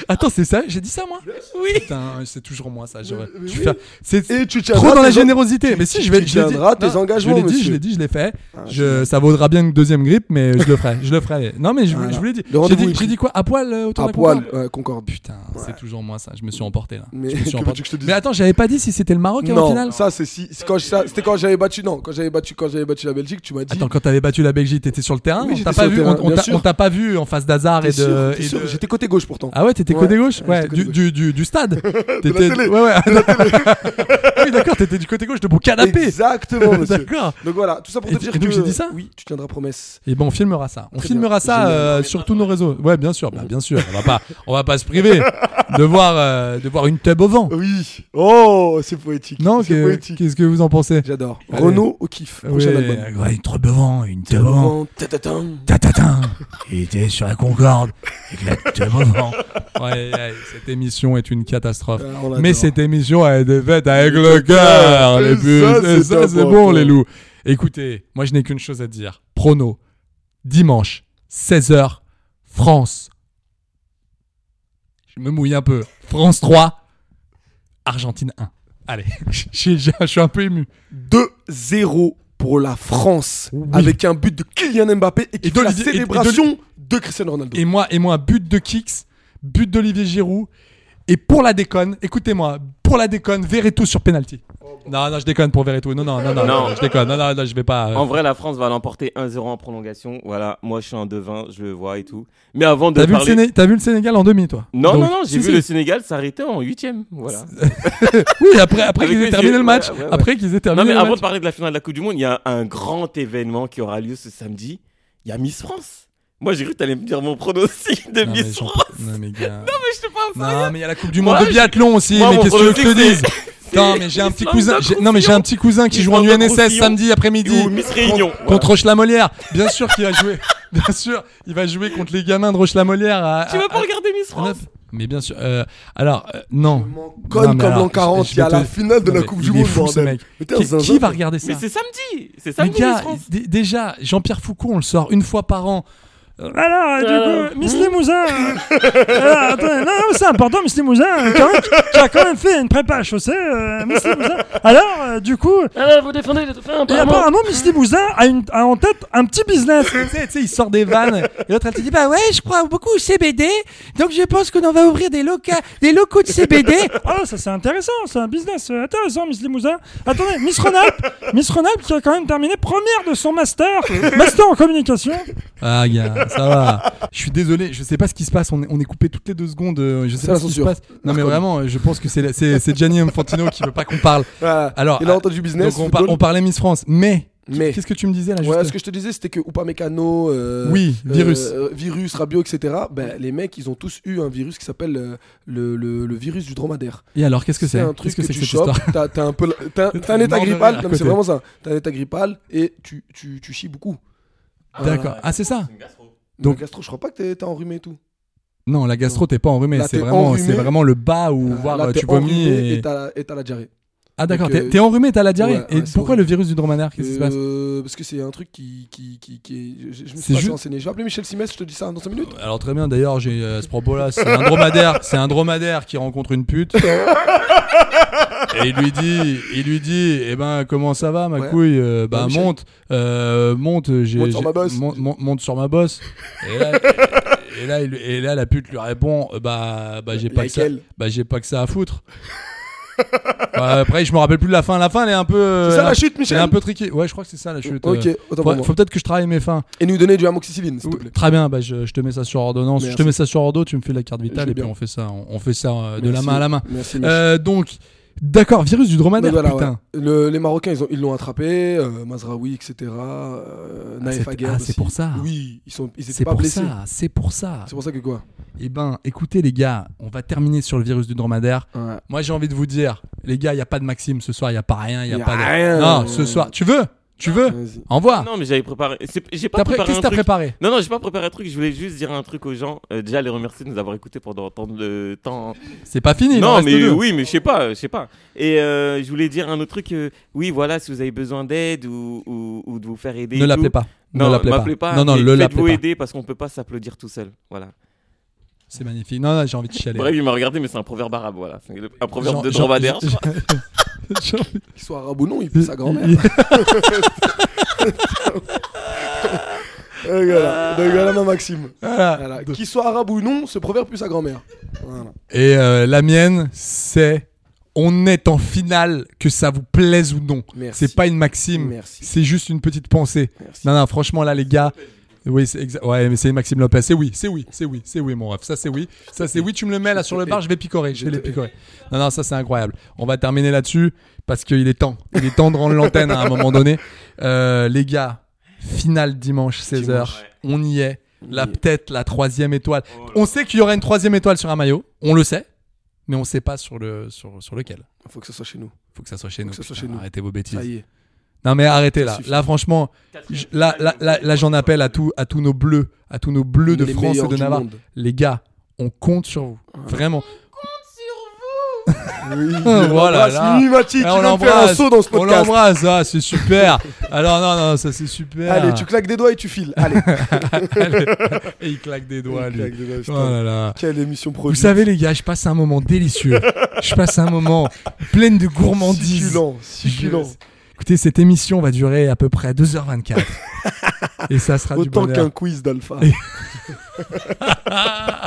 Speaker 7: Attends, c'est ça J'ai dit ça moi Oui. Putain, c'est toujours moi ça. j'aurais- je suis fier. C'est
Speaker 8: tiendras
Speaker 7: trop dans la
Speaker 8: tes-
Speaker 7: générosité. mais si,
Speaker 8: tu-
Speaker 7: je vais.
Speaker 8: tu
Speaker 7: je l'ai dit.
Speaker 8: tiendras tes
Speaker 7: Non,
Speaker 8: engagements,
Speaker 7: Je l'ai dit,
Speaker 8: monsieur.
Speaker 7: je
Speaker 8: Ah,
Speaker 7: l'ai dit, je l'ai fait. Je- ça vaudra bien une deuxième grippe, mais je le ferai. Je le ferai. Non, mais je, vous-
Speaker 8: Voilà.
Speaker 7: je vous l'ai dit.
Speaker 8: Le
Speaker 7: J'ai
Speaker 8: rendez-vous
Speaker 7: dit,
Speaker 8: est
Speaker 7: j'ai dit quoi À poil euh, autour
Speaker 8: À
Speaker 7: de la
Speaker 8: poil,
Speaker 7: Concorde
Speaker 8: ouais, Concorde.
Speaker 7: Putain, c'est toujours moi ça. Je me suis emporté là.
Speaker 8: Mais
Speaker 7: je
Speaker 8: que
Speaker 7: me suis
Speaker 8: veux-tu
Speaker 7: emporté.
Speaker 8: que je te dise
Speaker 7: Mais attends, j'avais pas dit si c'était le Maroc hein, en
Speaker 8: non,
Speaker 7: finale.
Speaker 8: ça c'est si c'est quand je- ça- c'était quand j'avais battu non, quand j'avais battu quand j'avais battu la Belgique, tu m'as dit
Speaker 7: Attends, quand t'avais battu la Belgique, t'étais sur le terrain.
Speaker 8: Oui,
Speaker 7: on t'a
Speaker 8: j'étais
Speaker 7: pas
Speaker 8: sur le
Speaker 7: vu.
Speaker 8: terrain,
Speaker 7: on- on
Speaker 8: bien
Speaker 7: t'a-
Speaker 8: sûr.
Speaker 7: on t'a pas vu en face d'Hazard
Speaker 8: T'es
Speaker 7: et
Speaker 8: sûr,
Speaker 7: de.
Speaker 8: t'es
Speaker 7: et
Speaker 8: sûr,
Speaker 7: de-
Speaker 8: j'étais côté gauche pourtant.
Speaker 7: Ah ouais, t'étais côté gauche
Speaker 8: j'étais
Speaker 7: Ouais,
Speaker 8: côté
Speaker 7: du,
Speaker 8: gauche.
Speaker 7: du, du, du stade
Speaker 8: De la
Speaker 7: T'étais-
Speaker 8: télé.
Speaker 7: Ouais, ouais. Ah oui, d'accord, t'étais du côté gauche de mon canapé
Speaker 8: Exactement, monsieur.
Speaker 7: D'accord.
Speaker 8: Donc voilà, tout ça pour
Speaker 7: Et
Speaker 8: te
Speaker 7: tu-
Speaker 8: dire
Speaker 7: et donc
Speaker 8: que
Speaker 7: j'ai dit ça
Speaker 8: oui, tu tiendras promesse.
Speaker 7: Et ben on filmera ça. On
Speaker 8: Très
Speaker 7: filmera
Speaker 8: bien.
Speaker 7: ça
Speaker 8: Génial.
Speaker 7: euh, sur tous nos réseaux. Ouais, bien sûr, bah, bien sûr. On va pas, on va pas se priver de voir, euh, de voir une tub au vent.
Speaker 8: Oui. Oh, c'est poétique.
Speaker 7: Non,
Speaker 8: c'est
Speaker 7: que-
Speaker 8: poétique.
Speaker 7: qu'est-ce que vous en pensez
Speaker 8: J'adore.
Speaker 7: Allez.
Speaker 8: Renault au kiff.
Speaker 7: Ouais,
Speaker 8: Prochain album.
Speaker 7: ouais, une tub au vent, une tub au vent.
Speaker 8: Tatatam.
Speaker 7: Tatatin. Il était sur la Concorde avec la tub au vent. Ouais, ouais, cette émission est une catastrophe.
Speaker 8: Ah, on l'adore.
Speaker 7: Mais cette émission elle est faite avec le cœur, les
Speaker 8: Et ça,
Speaker 7: puces. Et
Speaker 8: c'est
Speaker 7: ça, c'est
Speaker 8: important.
Speaker 7: bon, les loups. Écoutez, moi, je n'ai qu'une chose à dire. Prono, dimanche, 16h, France. Je me mouille un peu. France 3, Argentine 1. Allez, je suis- je suis un peu ému.
Speaker 8: 2-0 pour la France avec un but de Kylian Mbappé et, qui fait la
Speaker 7: d'Olivier- et- et
Speaker 8: célébration
Speaker 7: d'Oli-
Speaker 8: de Cristiano Ronaldo.
Speaker 7: Et moi, et moi, but de Kicks, but d'Olivier Giroud. Et pour la déconne, écoutez-moi, pour la déconne, Verretou sur penalty. Non, non, je déconne pour Verretou. Non, non, non, non,
Speaker 3: Oh, Non.
Speaker 7: non, je déconne. Non, non, non, je vais pas. euh,
Speaker 3: En vrai, la France va l'emporter 1-0 en prolongation. Voilà, moi je suis un devin, je le vois et tout. Mais avant de
Speaker 7: T'as vu, le
Speaker 3: parler.
Speaker 7: Séné- t'as vu le Sénégal en demi, toi
Speaker 3: Non,
Speaker 7: Donc,
Speaker 3: non, non, j'ai
Speaker 7: si,
Speaker 3: vu
Speaker 7: si.
Speaker 3: le Sénégal s'arrêter en 8 Voilà.
Speaker 7: Oui, après, après
Speaker 3: Avec
Speaker 7: qu'ils
Speaker 3: les
Speaker 7: aient terminé
Speaker 3: yeux,
Speaker 7: le match.
Speaker 3: ouais, ouais, ouais.
Speaker 7: Après qu'ils aient terminé
Speaker 3: Non, mais
Speaker 7: le
Speaker 3: avant
Speaker 7: match.
Speaker 3: de parler de la finale de la Coupe du Monde, il y a un grand événement qui aura lieu ce samedi. Il y a Miss France. Moi, j'ai cru que t'allais me dire mon pronostic de
Speaker 7: Non, mais
Speaker 3: Miss
Speaker 7: j'en peux-
Speaker 3: France.
Speaker 7: Non, mais gars.
Speaker 3: Mais je te parle sérieux.
Speaker 7: Non, mais il y a la Coupe du Monde
Speaker 3: Moi,
Speaker 7: de
Speaker 3: je-
Speaker 7: biathlon aussi.
Speaker 3: Moi,
Speaker 7: mais
Speaker 3: mon
Speaker 7: qu'est-ce que tu veux que je te
Speaker 3: pronostic,
Speaker 7: dise
Speaker 3: c'est-
Speaker 7: Non, mais j'ai un petit
Speaker 3: Miss
Speaker 7: cousin.
Speaker 3: Lambda
Speaker 7: j'ai- Non, mais j'ai un
Speaker 3: Croussillon.
Speaker 7: petit cousin qui
Speaker 3: Miss
Speaker 7: joue en
Speaker 3: Lambda
Speaker 7: UNSS
Speaker 3: Croussillon.
Speaker 7: samedi après-midi.
Speaker 3: Ou Miss Réunion.
Speaker 7: Contre- Contre Roche-la-Molière. Bien sûr qu'il va jouer. Bien sûr, il va jouer contre les gamins de Roche-la-Molière. à-
Speaker 3: Tu veux
Speaker 7: à-
Speaker 3: pas regarder Miss
Speaker 7: à- à-
Speaker 3: France
Speaker 7: Mais bien sûr. euh, alors, euh, non.
Speaker 8: Conne
Speaker 7: Non, mais
Speaker 8: comme
Speaker 7: alors,
Speaker 8: l'an 40,
Speaker 7: je- je
Speaker 8: il y a
Speaker 7: vais
Speaker 8: la
Speaker 7: te-
Speaker 8: finale de
Speaker 7: Non,
Speaker 8: la
Speaker 7: mais
Speaker 8: Coupe
Speaker 7: il
Speaker 8: du
Speaker 7: est
Speaker 8: Monde,
Speaker 7: fou, ce
Speaker 8: bordel.
Speaker 7: mec.
Speaker 8: Mais t'es un
Speaker 7: Qui,
Speaker 8: zinzin,
Speaker 7: qui va
Speaker 8: toi.
Speaker 7: regarder ça
Speaker 3: Mais c'est samedi. C'est
Speaker 7: les
Speaker 3: samedi Miss
Speaker 7: gars,
Speaker 3: France.
Speaker 7: dé- déjà, Jean-Pierre Foucault, on le sort une fois par an. Euh, Alors, du coup,
Speaker 3: hmm.
Speaker 7: Miss Limousin. euh, alors, attends, non, non, c'est important, Miss Limousin. euh, Quand même, tu as quand même fait une prépa à chaussée, euh, Miss Limousin. Alors, euh, du coup.
Speaker 4: vous défendez les dauphins,
Speaker 7: Et apparemment, Miss Limousin a, une- a en tête un petit business. tu sais, tu sais, il sort des vannes. Et l'autre, elle te dit Bah ouais, je crois beaucoup au CBD. Donc, je pense qu'on en va ouvrir des, loca- des locaux de CBD.
Speaker 4: Ah, ça c'est intéressant, c'est un business euh, intéressant, Miss Limousin. Attendez, Miss Renap, Miss Renap qui a quand même terminé première de son master, master en communication.
Speaker 7: Ah, gars, ça va. Je suis désolé, je sais pas ce qui se passe. On est, on est coupé toutes les deux secondes. euh, Je sais
Speaker 8: C'est
Speaker 7: pas
Speaker 8: la
Speaker 7: ce qui se
Speaker 8: censure.
Speaker 7: passe. Non, mais
Speaker 8: Narcom.
Speaker 7: vraiment, euh, je pense que c'est la- c'est c'est Gianni Infantino qui veut pas qu'on parle.
Speaker 8: Voilà.
Speaker 7: Alors,
Speaker 8: il a
Speaker 7: euh,
Speaker 8: entendu business.
Speaker 7: donc on, par-
Speaker 8: football.
Speaker 7: on parlait Miss France, mais.
Speaker 8: Mais-
Speaker 7: Qu'est-ce que tu me disais là
Speaker 8: Ouais,
Speaker 7: juste
Speaker 8: ce que je te disais, c'était que Upamecano, euh,
Speaker 7: Oui,
Speaker 8: euh,
Speaker 7: virus.
Speaker 8: euh, virus, Rabiot, etc. Ben, les mecs, ils ont tous eu un virus qui s'appelle euh, le, le- le virus du dromadaire.
Speaker 7: Et alors, qu'est-ce que c'est
Speaker 8: C'est un truc
Speaker 7: Qu'est-ce que
Speaker 8: que,
Speaker 7: c'est
Speaker 8: tu
Speaker 7: que cette
Speaker 8: chopes,
Speaker 7: histoire
Speaker 8: t'as t'as un peu, la- t'as- t'as un
Speaker 7: Mort
Speaker 8: état
Speaker 7: de rire
Speaker 8: grippal, non,
Speaker 7: à
Speaker 8: mais c'est
Speaker 7: côté.
Speaker 8: vraiment ça. T'as un état grippal et tu, tu, tu, tu chies beaucoup. Voilà.
Speaker 7: D'accord. Ah, c'est ça
Speaker 8: Donc
Speaker 7: Donc-
Speaker 8: le gastro, je crois pas que t'es- t'es enrhumé et tout.
Speaker 7: Non, la gastro, t'es pas enrhumé.
Speaker 8: Là,
Speaker 7: C'est
Speaker 8: t'es
Speaker 7: vraiment,
Speaker 8: enrhumé. Ah,
Speaker 7: c'est vraiment le bas où voire,
Speaker 8: Là,
Speaker 7: euh,
Speaker 8: t'es
Speaker 7: tu vomis.
Speaker 8: enrhumé
Speaker 7: Et...
Speaker 8: et t'as la- et t'as la diarrhée.
Speaker 7: Ah, d'accord.
Speaker 8: Donc,
Speaker 7: T'es
Speaker 8: euh,
Speaker 7: t'es enrhumé, t'as la diarrhée.
Speaker 8: ouais,
Speaker 7: et
Speaker 8: ouais, c'est
Speaker 7: pourquoi
Speaker 8: horrible.
Speaker 7: le virus du dromadaire Qu'est-ce qui se passe
Speaker 8: Euh, Parce que c'est un truc qui, qui, qui, qui est... Je, je me suis pas
Speaker 7: C'est juste-
Speaker 8: assez renseigné. Je vais appeler Michel Simès, je te dis ça dans 5 minutes.
Speaker 7: Alors très bien d'ailleurs, j'ai euh, à ce propos-là, c'est un dromadaire, c'est un dromadaire qui rencontre une pute. Et il lui dit, il lui dit, eh ben comment ça va ma
Speaker 8: Ouais.
Speaker 7: couille Euh, Bah
Speaker 8: Ouais, Michel.
Speaker 7: monte, euh, monte, j'ai-
Speaker 8: Monte sur
Speaker 7: j'ai-
Speaker 8: ma bosse.
Speaker 7: mon- mon- monte sur ma bosse. Et là, et là, il- et là, la pute lui répond, euh, bah bah j'ai pas que ça,
Speaker 8: Laquelle
Speaker 7: bah j'ai pas que ça à foutre. Ouais, après je me rappelle plus de la fin, la fin elle est un peu, euh,
Speaker 8: C'est ça, la
Speaker 7: elle-
Speaker 8: chute,
Speaker 7: elle est
Speaker 8: Michel
Speaker 7: un peu triquée. Ouais je crois que c'est ça la chute.
Speaker 8: Ok,
Speaker 7: euh.
Speaker 8: autant pour
Speaker 7: faut,
Speaker 8: moi.
Speaker 7: faut peut-être que je travaille mes fins.
Speaker 8: Et nous donner du amoxicilline, s'il te plaît.
Speaker 7: Très bien, bah je, je te mets ça sur ordonnance, je te
Speaker 8: Merci.
Speaker 7: mets ça sur ordo, tu me fais la carte
Speaker 8: Je
Speaker 7: vitale
Speaker 8: veux
Speaker 7: et puis
Speaker 8: bien.
Speaker 7: on fait ça, on, on fait ça euh, de la
Speaker 8: Merci.
Speaker 7: main à la main.
Speaker 8: Merci,
Speaker 7: Euh, donc, d'accord, virus du dromadaire,
Speaker 8: Donc voilà,
Speaker 7: putain.
Speaker 8: ouais. Le- les Marocains, ils ont- ils l'ont attrapé, euh, Mazraoui, etc. Euh, Naïf
Speaker 7: c'est-
Speaker 8: Aguerd
Speaker 7: ah, c'est
Speaker 8: aussi.
Speaker 7: pour ça.
Speaker 8: Oui, ils sont, ils étaient
Speaker 7: C'est
Speaker 8: pas
Speaker 7: pour
Speaker 8: blessés.
Speaker 7: ça, c'est pour ça.
Speaker 8: C'est pour ça que quoi
Speaker 7: Eh ben, écoutez les gars, on va terminer sur le virus du dromadaire.
Speaker 8: Ouais.
Speaker 7: Moi j'ai envie de vous dire, les gars, il y a pas de Maxime ce soir, il y a pas rien, il y a,
Speaker 8: Y a
Speaker 7: pas de...
Speaker 8: rien.
Speaker 7: Non, ce soir, tu veux Tu veux Envoie.
Speaker 3: Non, mais j'avais préparé. c'est- J'ai pas
Speaker 7: T'as pré-
Speaker 3: préparé.
Speaker 7: qu'est-ce
Speaker 3: un
Speaker 7: que t'as
Speaker 3: truc.
Speaker 7: préparé
Speaker 3: Non, non, j'ai pas préparé un truc. Je voulais juste dire un truc aux gens. Euh, déjà, les remercier de nous avoir écoutés pendant tant de temps.
Speaker 7: C'est pas fini, il en
Speaker 3: Non,
Speaker 7: reste
Speaker 3: mais
Speaker 7: deux.
Speaker 3: oui, mais je sais pas, je sais pas. Et euh, je voulais dire un autre truc. euh, oui, voilà, si vous avez besoin d'aide ou, ou, ou de vous faire aider.
Speaker 7: Ne
Speaker 3: et
Speaker 7: l'appelez
Speaker 3: tout.
Speaker 7: pas. Ne
Speaker 3: Non,
Speaker 7: l'appelez pas.
Speaker 3: m'appelez pas.
Speaker 7: Non, non,
Speaker 3: mais
Speaker 7: le l'appelez
Speaker 3: Faites-vous
Speaker 7: pas.
Speaker 3: aider parce qu'on peut pas s'applaudir tout seul. Voilà.
Speaker 7: C'est magnifique. Non, non, j'ai envie de chialer.
Speaker 3: Bref, il m'a regardé, mais c'est un proverbe arabe, voilà. C'est le- Un proverbe
Speaker 7: Genre-
Speaker 3: de
Speaker 7: genre-
Speaker 3: dromadaire. je
Speaker 7: genre-
Speaker 3: crois.
Speaker 8: Qu'il soit arabe ou non, il pue sa grand-mère. Et Euh, voilà. Donc voilà ma maxime.
Speaker 7: Voilà.
Speaker 8: Voilà. Qu'il soit arabe ou non, ce proverbe pue sa grand-mère. Voilà.
Speaker 7: Et euh, la mienne, c'est on est en finale, que ça vous plaise ou non.
Speaker 8: Merci.
Speaker 7: C'est pas une maxime,
Speaker 8: Merci.
Speaker 7: c'est juste une petite pensée. Non, non, franchement, là, les gars. Oui, c'est exa- ouais, mais c'est Maxime Lopez. C'est oui, c'est oui, c'est oui, c'est oui, mon ref. Ça, c'est oui. Ça, c'est oui. Tu me le mets là sur le bar, je vais picorer. Je vais les picorer. Non, non, ça, c'est incroyable. On va terminer là-dessus parce qu'il est temps. Il est temps de rendre l'antenne à un moment donné. Euh, les gars, finale dimanche 16h. On y est. La peut-être la troisième étoile. On sait qu'il y aura une troisième étoile sur un maillot. On le sait. Mais on sait pas sur, le, sur, sur lequel.
Speaker 8: Faut que ce soit chez nous.
Speaker 7: Faut que ça soit chez
Speaker 8: Faut
Speaker 7: nous.
Speaker 8: que ce soit
Speaker 7: putain,
Speaker 8: chez nous.
Speaker 7: Arrêtez vos bêtises.
Speaker 8: Ça y est.
Speaker 7: Non mais arrêtez
Speaker 8: Ça
Speaker 7: là.
Speaker 8: suffit.
Speaker 7: Là franchement, je- là, là, là, là, j'en appelle à tous à tous nos bleus, à tous nos bleus de
Speaker 8: Les
Speaker 7: France et
Speaker 8: meilleurs
Speaker 7: de
Speaker 8: du
Speaker 7: Navarre.
Speaker 8: monde.
Speaker 7: Les gars, on compte sur vous. Vraiment.
Speaker 8: Oui,
Speaker 7: Ah, voilà. là.
Speaker 8: Numatique,
Speaker 7: Ah,
Speaker 8: il vient
Speaker 7: on
Speaker 8: de faire un
Speaker 7: l'embrasse.
Speaker 8: saut dans ce
Speaker 7: On
Speaker 8: podcast.
Speaker 7: l'embrasse, ah, c'est super. Alors non non, ça c'est super.
Speaker 8: Allez, tu claques des doigts et tu files. Allez.
Speaker 7: Allez. Et il claque des doigts,
Speaker 8: Il
Speaker 7: lui.
Speaker 8: claque des doigts, putain.
Speaker 7: Oh là là.
Speaker 8: Quelle émission
Speaker 7: Vous
Speaker 8: produite.
Speaker 7: savez les gars, je passe un moment délicieux. je passe un moment plein de gourmandise.
Speaker 8: Succulent,
Speaker 7: Je-
Speaker 8: succulent.
Speaker 7: Écoutez, cette émission va durer à peu près 2h24. Et ça sera Ah, du
Speaker 8: Autant
Speaker 7: bonheur.
Speaker 8: qu'un Ah, quiz d'alpha.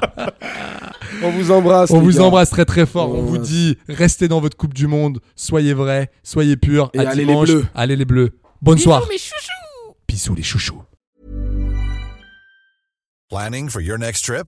Speaker 8: On vous embrasse.
Speaker 7: On
Speaker 8: les
Speaker 7: vous
Speaker 8: gars.
Speaker 7: embrasse très très fort.
Speaker 8: On
Speaker 7: On vous
Speaker 8: embrasse.
Speaker 7: dit, restez dans votre Coupe du Monde, soyez vrai, soyez pur.
Speaker 8: Et
Speaker 7: à
Speaker 8: allez les
Speaker 7: dimanche.
Speaker 8: Bleus.
Speaker 7: Allez les bleus. Bonne soirée.
Speaker 10: Bisous les chouchous.
Speaker 11: Planning for your next trip?